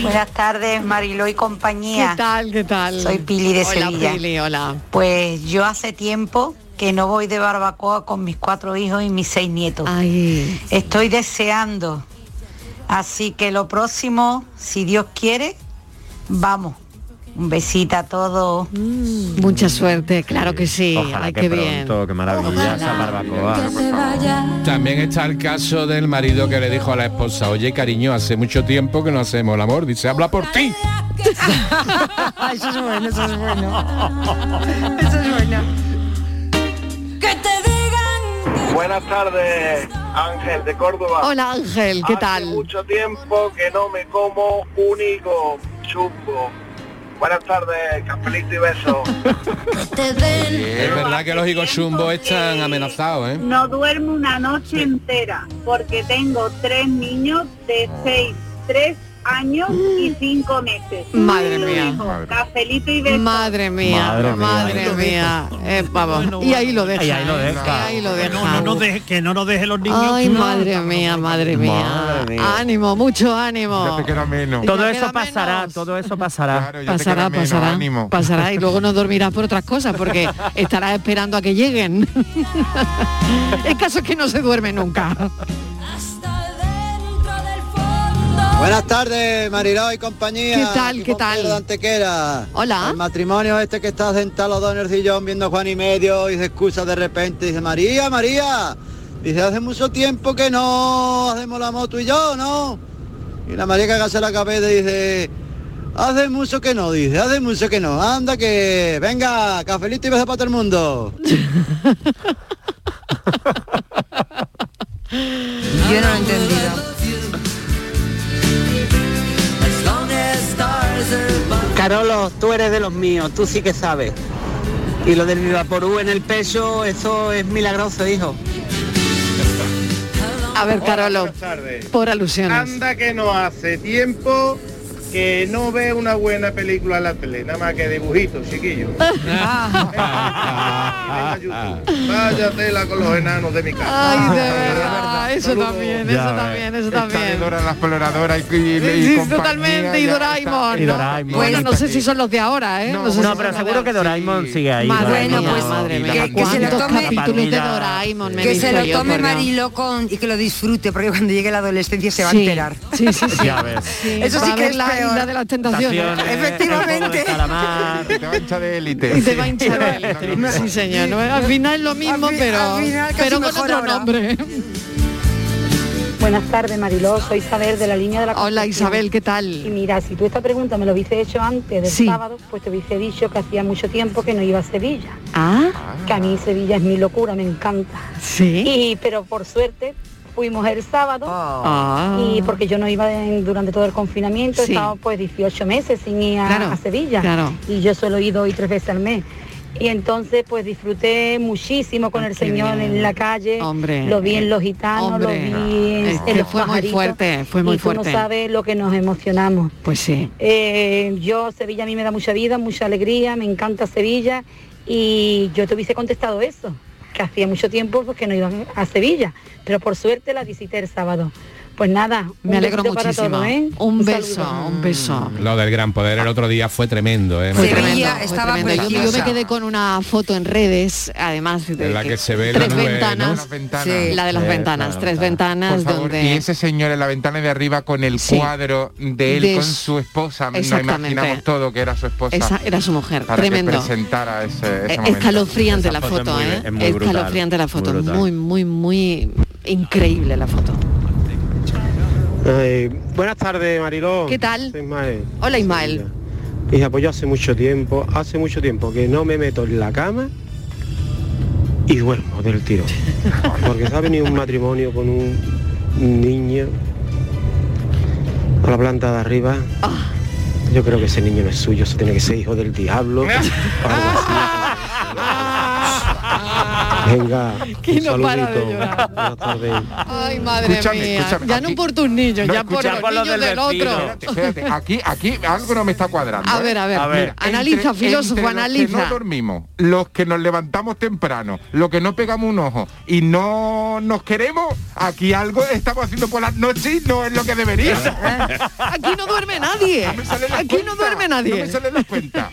S24: Buenas tardes, Mariló y compañía.
S14: ¿Qué tal? ¿Qué tal?
S24: Soy Pili de
S14: Hola,
S24: Sevilla.
S14: Pili, hola.
S24: Pues yo hace tiempo que no voy de barbacoa con mis cuatro hijos y mis seis nietos. Estoy deseando. Así que lo próximo, si Dios quiere, vamos. Un besito a todos.
S14: Mucha suerte, claro que sí. Ay, qué bien.
S6: Qué maravilla esa barbacoa.
S16: También está el caso del marido que le dijo a la esposa, oye cariño, hace mucho tiempo que no hacemos el amor. Dice, habla por ti.
S3: eso es bueno, eso es bueno. Eso es bueno. Que te digan.
S29: Buenas tardes, Ángel de Córdoba.
S14: Hola, Ángel, ¿qué
S29: Hace
S14: tal?
S29: mucho tiempo que no me como un higo chumbo.
S7: Buenas tardes, cafelito y beso.
S16: Sí, es verdad que los higos chumbo están amenazados, ¿eh?
S36: No duermo una noche entera porque tengo tres niños de
S37: Oh.
S36: 6, 3 años y 5 meses.
S14: Madre
S36: Y lo
S14: mía.
S36: dijo,
S14: Madre.
S36: Cafelito y beso.
S14: Madre mía,
S37: Madre mía.
S14: madre mía. Eh, pavo. Y ahí lo deja.
S37: Y ahí lo
S14: ¿eh?
S37: deja.
S14: Y ahí lo
S37: Que no-
S14: deja.
S37: no nos deje- que no nos deje los niños.
S14: Ay,
S37: No.
S14: madre mía, madre mía.
S6: Madre mía.
S14: Ánimo, mucho ánimo.
S6: Todo eso pasará, todo eso pasará.
S14: Pasará, pasará, pasará y luego no dormirás por otras cosas porque estarás esperando a que lleguen. El caso es que no se duerme nunca.
S38: Buenas tardes, Mariló y compañía.
S14: ¿Qué tal,
S38: Aquí
S14: qué
S38: Juan
S14: tal?
S38: Pedro de Antequera.
S14: Hola.
S38: El matrimonio este que está sentado los dos en el sillón viendo a Juan y medio y se excusa de repente y dice, María, María. Dice, hace mucho tiempo que no hacemos la moto y yo, ¿no? Y la María que agacha la cabeza y dice, hace mucho que no, dice, hace mucho que no. Anda que, venga, cafelito y beso para todo el mundo.
S17: Yo no lo he entendido.
S27: Carolo, tú eres de los míos, tú sí que sabes. Y lo del Vivaporú en el pecho, eso es milagroso, hijo.
S14: A ver, Carolo, por alusiones.
S12: Anda que no hace tiempo que no ve una buena película en la tele, nada más que dibujitos, chiquillo. Vaya tela con los enanos de mi
S3: Ah,
S12: casa.
S14: Ah. Ay, de verdad, eso también, eso también, eso también.
S15: Dora la exploradora y, y, y
S14: Sí,
S15: compañía,
S14: totalmente, y
S15: ya
S14: Doraemon.
S15: está.
S14: ¿no? Bueno, no sé si son los de ahora, ¿eh? No, sé
S6: no,
S14: si
S6: pero
S14: son los de
S6: seguro que Doraemon sigue ahí.
S14: Madre
S6: Doraemon,
S14: mía,
S6: pues,
S14: madre
S6: y la
S14: mía. Que- que se lo tome-
S6: patrulla, la
S14: capítulos de
S6: patrulla.
S14: Doraemon, me he
S17: que se
S14: visto
S17: lo
S14: yo,
S17: tome
S14: por Dios.
S17: Mariló con, y que lo disfrute, porque cuando llegue la adolescencia se va
S14: Sí,
S17: a enterar.
S14: sí, sí, sí.
S6: Ya ves.
S17: Eso
S14: va
S17: sí
S14: a
S17: que
S14: ver
S17: es
S14: la
S17: peor.
S14: isla de las tentaciones.
S15: Eh,
S17: Efectivamente.
S6: Te
S15: va a hinchar de élite.
S14: Y te va a hinchar
S15: Sí.
S14: el- Sí, señor. no, al final es lo mismo,
S38: fi-
S14: pero,
S38: al final casi
S14: pero con
S38: mejor
S14: otro
S38: ahora.
S14: nombre.
S1: Buenas tardes, Mariló. Soy Isabel de la línea de la
S14: Hola, Isabel, ¿qué tal?
S1: Y mira, si tú esta pregunta me lo hubiese hecho antes del
S14: Sí.
S1: sábado, pues te hubiese dicho que hacía mucho tiempo que no iba a Sevilla.
S14: Ah,
S1: Que a mí Sevilla es mi locura, me encanta.
S14: Sí.
S1: Y, pero por suerte fuimos el sábado.
S14: Ah.
S1: Y porque yo no iba en- durante todo el confinamiento,
S14: Sí.
S1: he estado pues 18 meses sin ir a,
S14: Claro,
S1: a Sevilla.
S14: claro.
S1: Y yo solo he ido hoy tres veces al mes. Y entonces pues disfruté muchísimo con el Señor en la calle.
S14: Ah, Hombre.
S1: Lo vi en los gitanos,
S14: Hombre. Ah.
S1: lo vi en,
S14: Es
S1: en
S14: que
S1: los
S14: fue muy
S1: pajaritos.
S14: fuerte, fue muy
S1: Y tú
S14: fuerte.
S1: no sabes lo que nos emocionamos.
S14: pues sí.
S1: Eh, yo, Sevilla a mí me da mucha vida, mucha alegría, me encanta Sevilla y yo te hubiese contestado eso, que hacía mucho tiempo pues, que no iban a Sevilla, pero por suerte la visité el sábado. Pues nada,
S14: Me
S1: un
S14: alegro
S1: besito para
S14: muchísimo.
S1: todos, ¿eh?
S14: Un beso,
S1: saludo.
S14: un beso.
S16: Lo del gran poder el otro día fue tremendo, ¿eh?
S14: Fue
S16: Mariló?
S14: tremendo, fue tremendo. Yo- Yo, me quedé con una foto en redes, además de
S16: En la que se ve la
S14: tres
S16: nube, ¿no?
S14: ventanas,
S15: Las ventanas.
S14: Sí, la de las
S15: Sí,
S14: ventanas,
S15: claro,
S14: tres ventanas
S15: Por favor,
S14: donde
S15: Y ese señor en la ventana de arriba con el
S14: Sí.
S15: cuadro de él
S14: De
S15: con
S14: su-
S15: su esposa. Nos
S14: Exactamente.
S15: imaginamos todo que era su esposa.
S14: Esa era su mujer,
S15: Para
S14: tremendo.
S15: que presentara ese, ese
S14: Eh,
S15: momento.
S14: escalofriante la foto, ¿eh? escalofriante la foto, muy, muy, muy increíble la foto.
S31: Ay, buenas
S12: Eh,
S31: tardes, Mariló.
S14: ¿Qué tal?
S31: Soy Ismael.
S14: Hola Ismael.
S31: Hija, pues yo hace mucho tiempo, hace mucho tiempo que no me meto en la cama y duermo del tiro. Porque se ha venido un matrimonio con un niño a la planta de arriba. Yo creo que ese niño no es suyo, eso tiene que ser hijo del diablo. o algo así. Venga,
S14: Que
S31: un
S14: no para de
S31: saludito.
S14: llorar.
S31: Buenas tardes.
S14: Ay, madre
S31: Escúchame,
S14: mía.
S31: escúchame,
S14: ya no por tus niños,
S31: No,
S14: ya por
S31: escucha,
S14: los
S31: por los
S14: niños
S31: del
S14: del, otro.
S15: Espérate, espérate, aquí, aquí algo no me está cuadrando.
S14: A
S15: ¿eh?
S14: ver, a ver, A ver. analiza, filósofo,
S15: los Que
S14: analiza.
S15: no dormimos, los que nos levantamos temprano, los que no pegamos un ojo y no nos queremos, aquí algo estamos haciendo por las noches y no es lo que debería.
S14: Aquí no duerme nadie. Aquí no duerme nadie.
S15: No me salen las cuentas.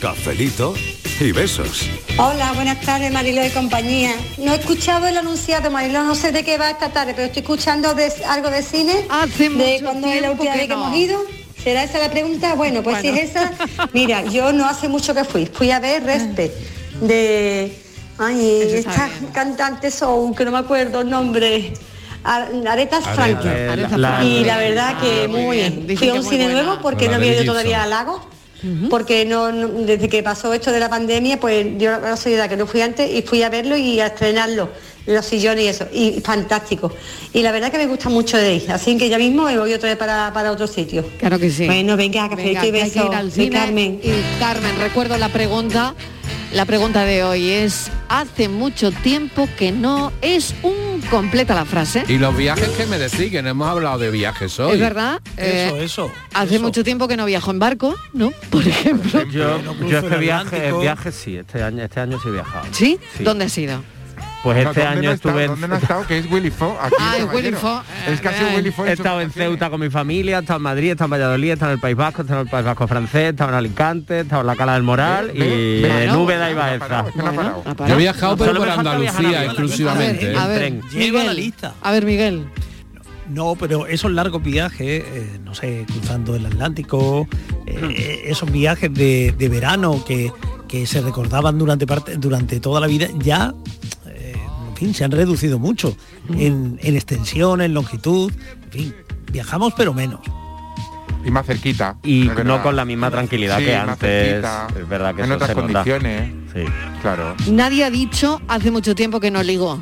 S18: Cafelito y besos.
S31: Hola, buenas tardes Mariló y compañía. No he escuchado el anunciado, Mariló, no sé de qué va esta tarde, pero estoy escuchando de- algo de cine. de cuando es la
S14: tiempo
S31: última
S14: que
S31: vez que
S14: no.
S31: hemos ido. ¿Será esa la pregunta? Bueno, pues si es esa, mira, yo no hace mucho que fui. Fui a ver Respect de ay,
S14: Eso está
S31: esta cantante soul, que no me acuerdo el nombre. Ar- Aretha Franklin.
S14: Aretha Franklin.
S31: y la verdad que
S14: Ah, muy
S31: muy
S14: bien.
S31: bien.
S14: Dicen
S31: Fui a
S14: que
S31: un
S14: muy
S31: cine
S14: buena.
S31: nuevo porque
S14: Con la
S31: no había
S14: de
S31: ido
S14: Gibson.
S31: todavía al lago porque no, no- desde que pasó esto de la pandemia, pues yo la casualidad que no fui antes y fui a verlo y a estrenarlo, los sillones y eso, y fantástico. Y la verdad que me gusta mucho de ahí, así que ya mismo me voy otra vez para, para otro sitio.
S14: Claro que sí.
S31: Bueno, venga,
S14: Venga,
S31: café y
S14: que hay que
S31: beso.
S14: ir al
S31: Soy
S14: cine.
S31: Carmen.
S14: Y Carmen, recuerdo la pregunta. La pregunta de hoy es, hace mucho tiempo que no es un completa la frase.
S16: Y los viajes que me decís, que no hemos hablado de viajes hoy.
S14: Es verdad.
S16: Eso,
S14: eh,
S16: eso,
S14: Hace mucho tiempo que no viajo en barco, ¿no? Por ejemplo.
S6: Yo, yo este
S16: el
S6: viaje,
S16: Atlántico.
S6: viaje sí, este año, este año sí he viajado.
S14: ¿Sí? ¿Dónde has ido?
S6: Pues
S15: No,
S6: este
S15: ¿dónde no
S6: año
S15: ha estado?
S6: estuve
S15: ¿Dónde no ha estado? Que es Willy Fo. aquí,
S14: Ah,
S15: caballero.
S14: eh,
S15: Es que ha sido Willy Fo. en
S6: He
S15: su-
S6: estado en Ceuta con mi familia, he estado en Madrid, he estado en Valladolid, he estado en el País Vasco, he estado en el País Vasco francés, he estado en Alicante, he estado en la Cala del Moral y en Úbeda y Baeza.
S16: Yo he viajado pero
S6: Solo
S16: por
S6: me falta
S16: Andalucía exclusivamente.
S12: A
S16: ¿eh?
S12: ver,
S6: tren.
S12: Miguel, lista.
S14: A ver, Miguel.
S12: No, pero esos largos viajes, eh, no sé, cruzando el Atlántico, eh, esos viajes de, de verano que, que se recordaban durante, parte, durante toda la vida, ya eh, en fin, se han reducido mucho en, en extensión, en longitud, en fin, viajamos pero menos.
S15: Y más cerquita.
S6: Y
S15: es
S6: no
S15: verdad.
S6: con la misma tranquilidad
S15: Sí,
S6: que
S15: más
S6: antes.
S15: cerquita,
S6: Es verdad que
S15: en
S6: eso
S15: otras
S6: se nota.
S15: condiciones. ¿eh?
S6: Sí.
S15: Claro.
S14: Nadie ha dicho hace mucho tiempo que no ligó.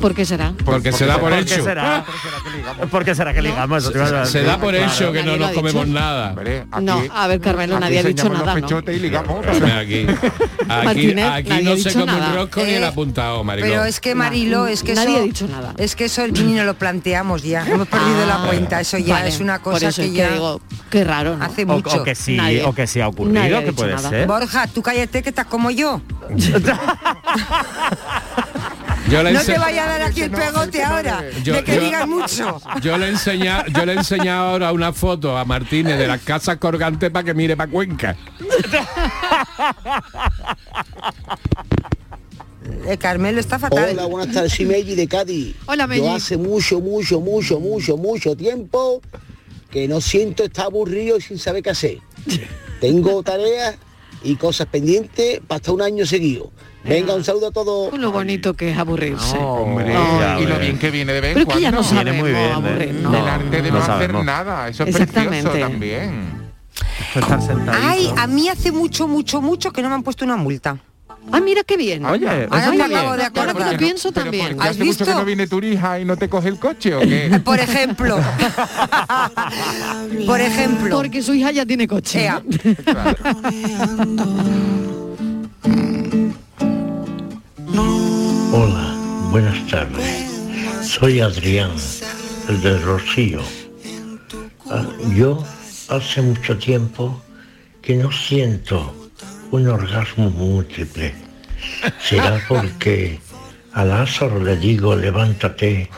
S14: ¿Por qué será?
S6: Pues,
S16: Porque se da por
S6: ¿Por qué
S16: hecho.
S6: será? ¿Por qué será que ligamos? Eso te iba a
S16: Se
S6: decir.
S16: da por
S6: Claro.
S16: hecho que no
S14: Nadie lo
S16: nos
S14: ha
S16: comemos
S14: dicho.
S16: nada.
S14: No, a ver, Carmelo, nadie ha dicho nada, ¿no?
S16: Aquí, aquí,
S14: Martínez,
S16: aquí
S14: nadie ha
S16: no se
S14: dicho
S16: come
S14: nada.
S16: un rosco ni el
S17: Eh,
S16: apuntado, maricón.
S17: Pero es que Marilo, es que
S14: nadie
S17: eso,
S14: ha dicho nada. Ah,
S17: Es que eso ni nos lo planteamos ya. Hemos perdido la cuenta. Eso ya
S14: vale,
S17: es una
S14: por
S17: cosa
S14: eso
S17: que
S14: es que
S17: ya
S14: digo, qué raro. ¿no?
S17: hace
S6: O-
S17: mucho.
S6: o que sí, Nadie. o que sí ha ocurrido,
S17: Nadie
S6: que
S17: dicho
S6: puede ser.
S17: Borja, tú cállate que estás como yo.
S16: Yo le
S17: No
S16: ense-
S17: te vaya a dar aquí el pegote ahora.
S16: Yo-
S17: de que
S16: yo-
S17: digas mucho.
S16: Yo le he enseñado, yo le he enseñado ahora una foto a Martínez de las casas colgantes para que mire para Cuenca.
S17: Eh, Carmelo está fatal.
S3: Hola, buenas tardes, soy Meji de Cádiz.
S17: Hola, Meji.
S3: Yo hace mucho, mucho, mucho, mucho, mucho tiempo que no siento estar aburrido y sin saber qué hacer. Tengo tareas y cosas pendientes para hasta un año seguido. Venga, un saludo a todos.
S14: Ah. Lo bonito que es aburrirse.
S15: Hombre,
S14: No.
S15: y lo bien que viene de vez en
S14: Pero es que ya no
S15: cuando.
S14: Viene muy sabemos bien, aburrir, ¿eh? ¿no?
S15: El arte de
S6: No
S15: no, hacer
S6: sabemos.
S15: nada, eso es
S17: Exactamente.
S15: precioso también.
S6: Estar sentadito.
S17: Ay, a mí hace mucho, mucho, mucho que no me han puesto una multa.
S14: Ah, mira qué bien.
S15: Oye,
S17: Ahora me acabo de
S15: Pero
S17: acordar.
S15: porque- pero porque
S17: ¿Has
S15: hace mucho
S17: visto?
S15: que no viene tu hija y no te coge el coche o qué?
S17: Ah, Por ejemplo. Por ejemplo.
S14: Porque su hija ya tiene coche.
S24: Hola, buenas tardes. Soy Adrián, el del Rocío. Ah, Yo hace mucho tiempo que no siento un orgasmo múltiple. Será porque a Lázaro le digo levántate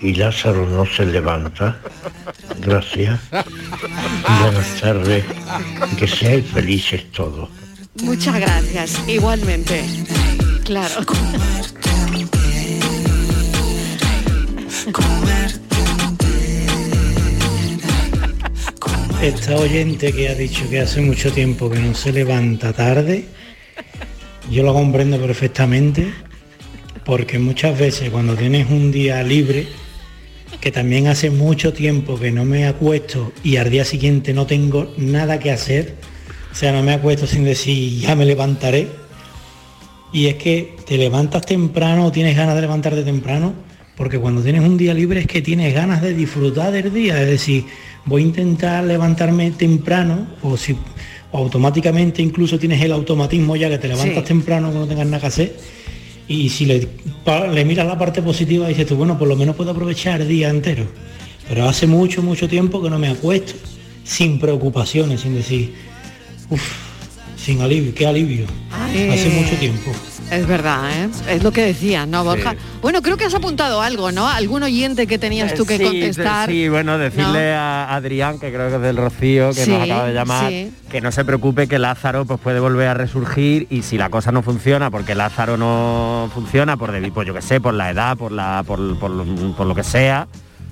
S24: y Lázaro no se levanta. Gracias. Y buenas tardes. Que seáis felices todos.
S14: Muchas gracias, igualmente. Claro.
S22: Esta oyente que ha dicho que hace mucho tiempo que no se levanta tarde, yo lo comprendo perfectamente, porque muchas veces cuando tienes un día libre, que también hace mucho tiempo que no me acuesto y al día siguiente no tengo nada que hacer, o sea, no me acuesto sin decir ya me levantaré, y es que te levantas temprano o tienes ganas de levantarte temprano, porque cuando tienes un día libre es que tienes ganas de disfrutar del día. Es decir, voy a intentar levantarme temprano o si o automáticamente incluso tienes el automatismo ya que te levantas
S39: Sí.
S22: temprano cuando no tengas nada que hacer. Y si le, pa- le miras la parte positiva dices tú, bueno, por lo menos puedo aprovechar el día entero. Pero hace mucho, mucho tiempo que no me acuesto sin preocupaciones, sin decir, uff, sin alivio, qué alivio.
S14: Ay.
S22: Hace mucho tiempo.
S14: Es verdad, ¿eh? es lo que decías, ¿no, Borja?
S6: Sí.
S14: Bueno, creo que has apuntado algo, ¿no? Algún oyente que tenías tú que
S6: Sí,
S14: contestar.
S6: Sí, bueno, decirle a Adrián, que creo que es del Rocío, que
S14: Sí,
S6: nos acaba de llamar,
S14: sí.
S6: que no se preocupe que Lázaro pues puede volver a resurgir y si la cosa no funciona, porque Lázaro no funciona por debi- pues, yo que sé, por la edad, por la por, por lo- por lo que sea,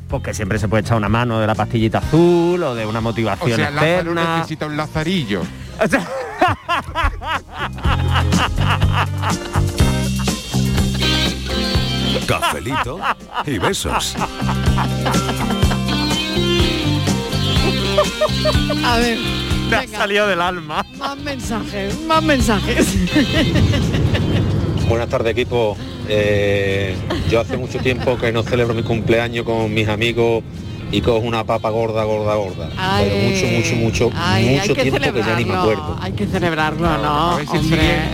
S6: pues que siempre se puede echar una mano de la pastillita azul o de una
S15: O
S6: motivación
S15: sea, Lázaro
S6: externa.
S15: necesita un lazarillo.
S18: Cafelito y besos.
S3: Ah,
S14: A ver,
S40: Me ha salido del alma.
S14: Más mensajes, más mensajes.
S6: Buenas tardes equipo. Eh, yo hace mucho tiempo que no celebro mi cumpleaños con mis amigos y cojo una papa gorda, gorda, gorda.
S14: Ay,
S6: Pero mucho, mucho, mucho,
S14: ay, hay
S6: mucho
S14: que
S6: tiempo que ya ni me
S14: celebrarlo,
S6: acuerdo.
S14: Hay que celebrarlo, ¿no? Hombre.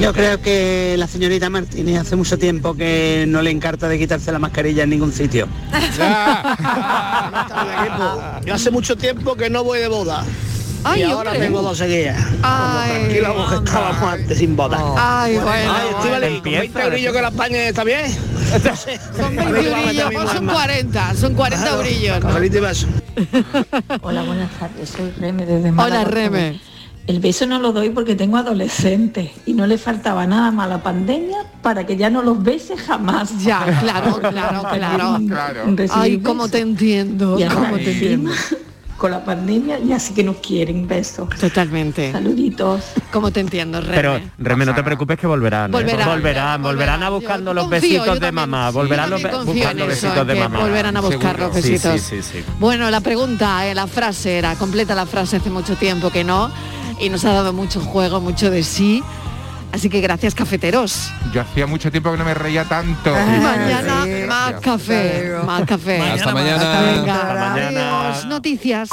S12: Yo creo que la señorita Martínez hace mucho tiempo que no le encarta de quitarse la mascarilla en ningún sitio.
S3: Ah, Yo hace mucho tiempo que no voy de boda.
S12: Ay,
S3: y ahora
S12: hombre.
S3: tengo dos seguidas.
S14: Ay,
S3: Tranquila, como que estábamos antes sin boda.
S14: Ay, bueno,
S3: Ay, Estíbaliz,
S14: bueno.
S3: con 20 eurillos que la España está bien.
S14: Son 20 brillos, pues son 40, son 40 brillos. ¿no?
S1: Hola, buenas tardes. Soy Reme desde
S14: Hola,
S1: Málaga.
S14: Reme.
S1: El beso no lo doy porque tengo adolescentes y no le faltaba nada más a la pandemia para que ya no los bese jamás.
S14: Ya, claro, claro, claro. Ay, cómo te entiendo,
S1: Y ahora
S14: cómo te
S1: encima,
S14: entiendo.
S1: Con la pandemia y así que nos quieren besos.
S14: Totalmente.
S1: Saluditos.
S14: Cómo te entiendo, Reme.
S40: Pero, Reme, no te preocupes que volverán. ¿eh?
S14: Volverán,
S40: volverán, volverán a buscando los
S14: confío,
S40: besitos
S14: yo
S40: de
S14: también-
S40: mamá.
S14: sí,
S40: volverán
S14: yo
S40: los be-
S14: también confío
S40: buscando
S14: en eso,
S40: besitos de
S14: que
S40: mamá.
S14: volverán a buscar los besitos.
S40: Sí, sí, sí, sí.
S14: Bueno, la pregunta, eh, la frase era, completa la frase hace mucho tiempo que no, y nos ha dado mucho juego, mucho de sí. Así que gracias, cafeteros.
S15: Yo hacía mucho tiempo que no me reía tanto.
S14: Mañana más café, más café.
S15: Hasta mañana.
S14: Venga, adiós, noticias.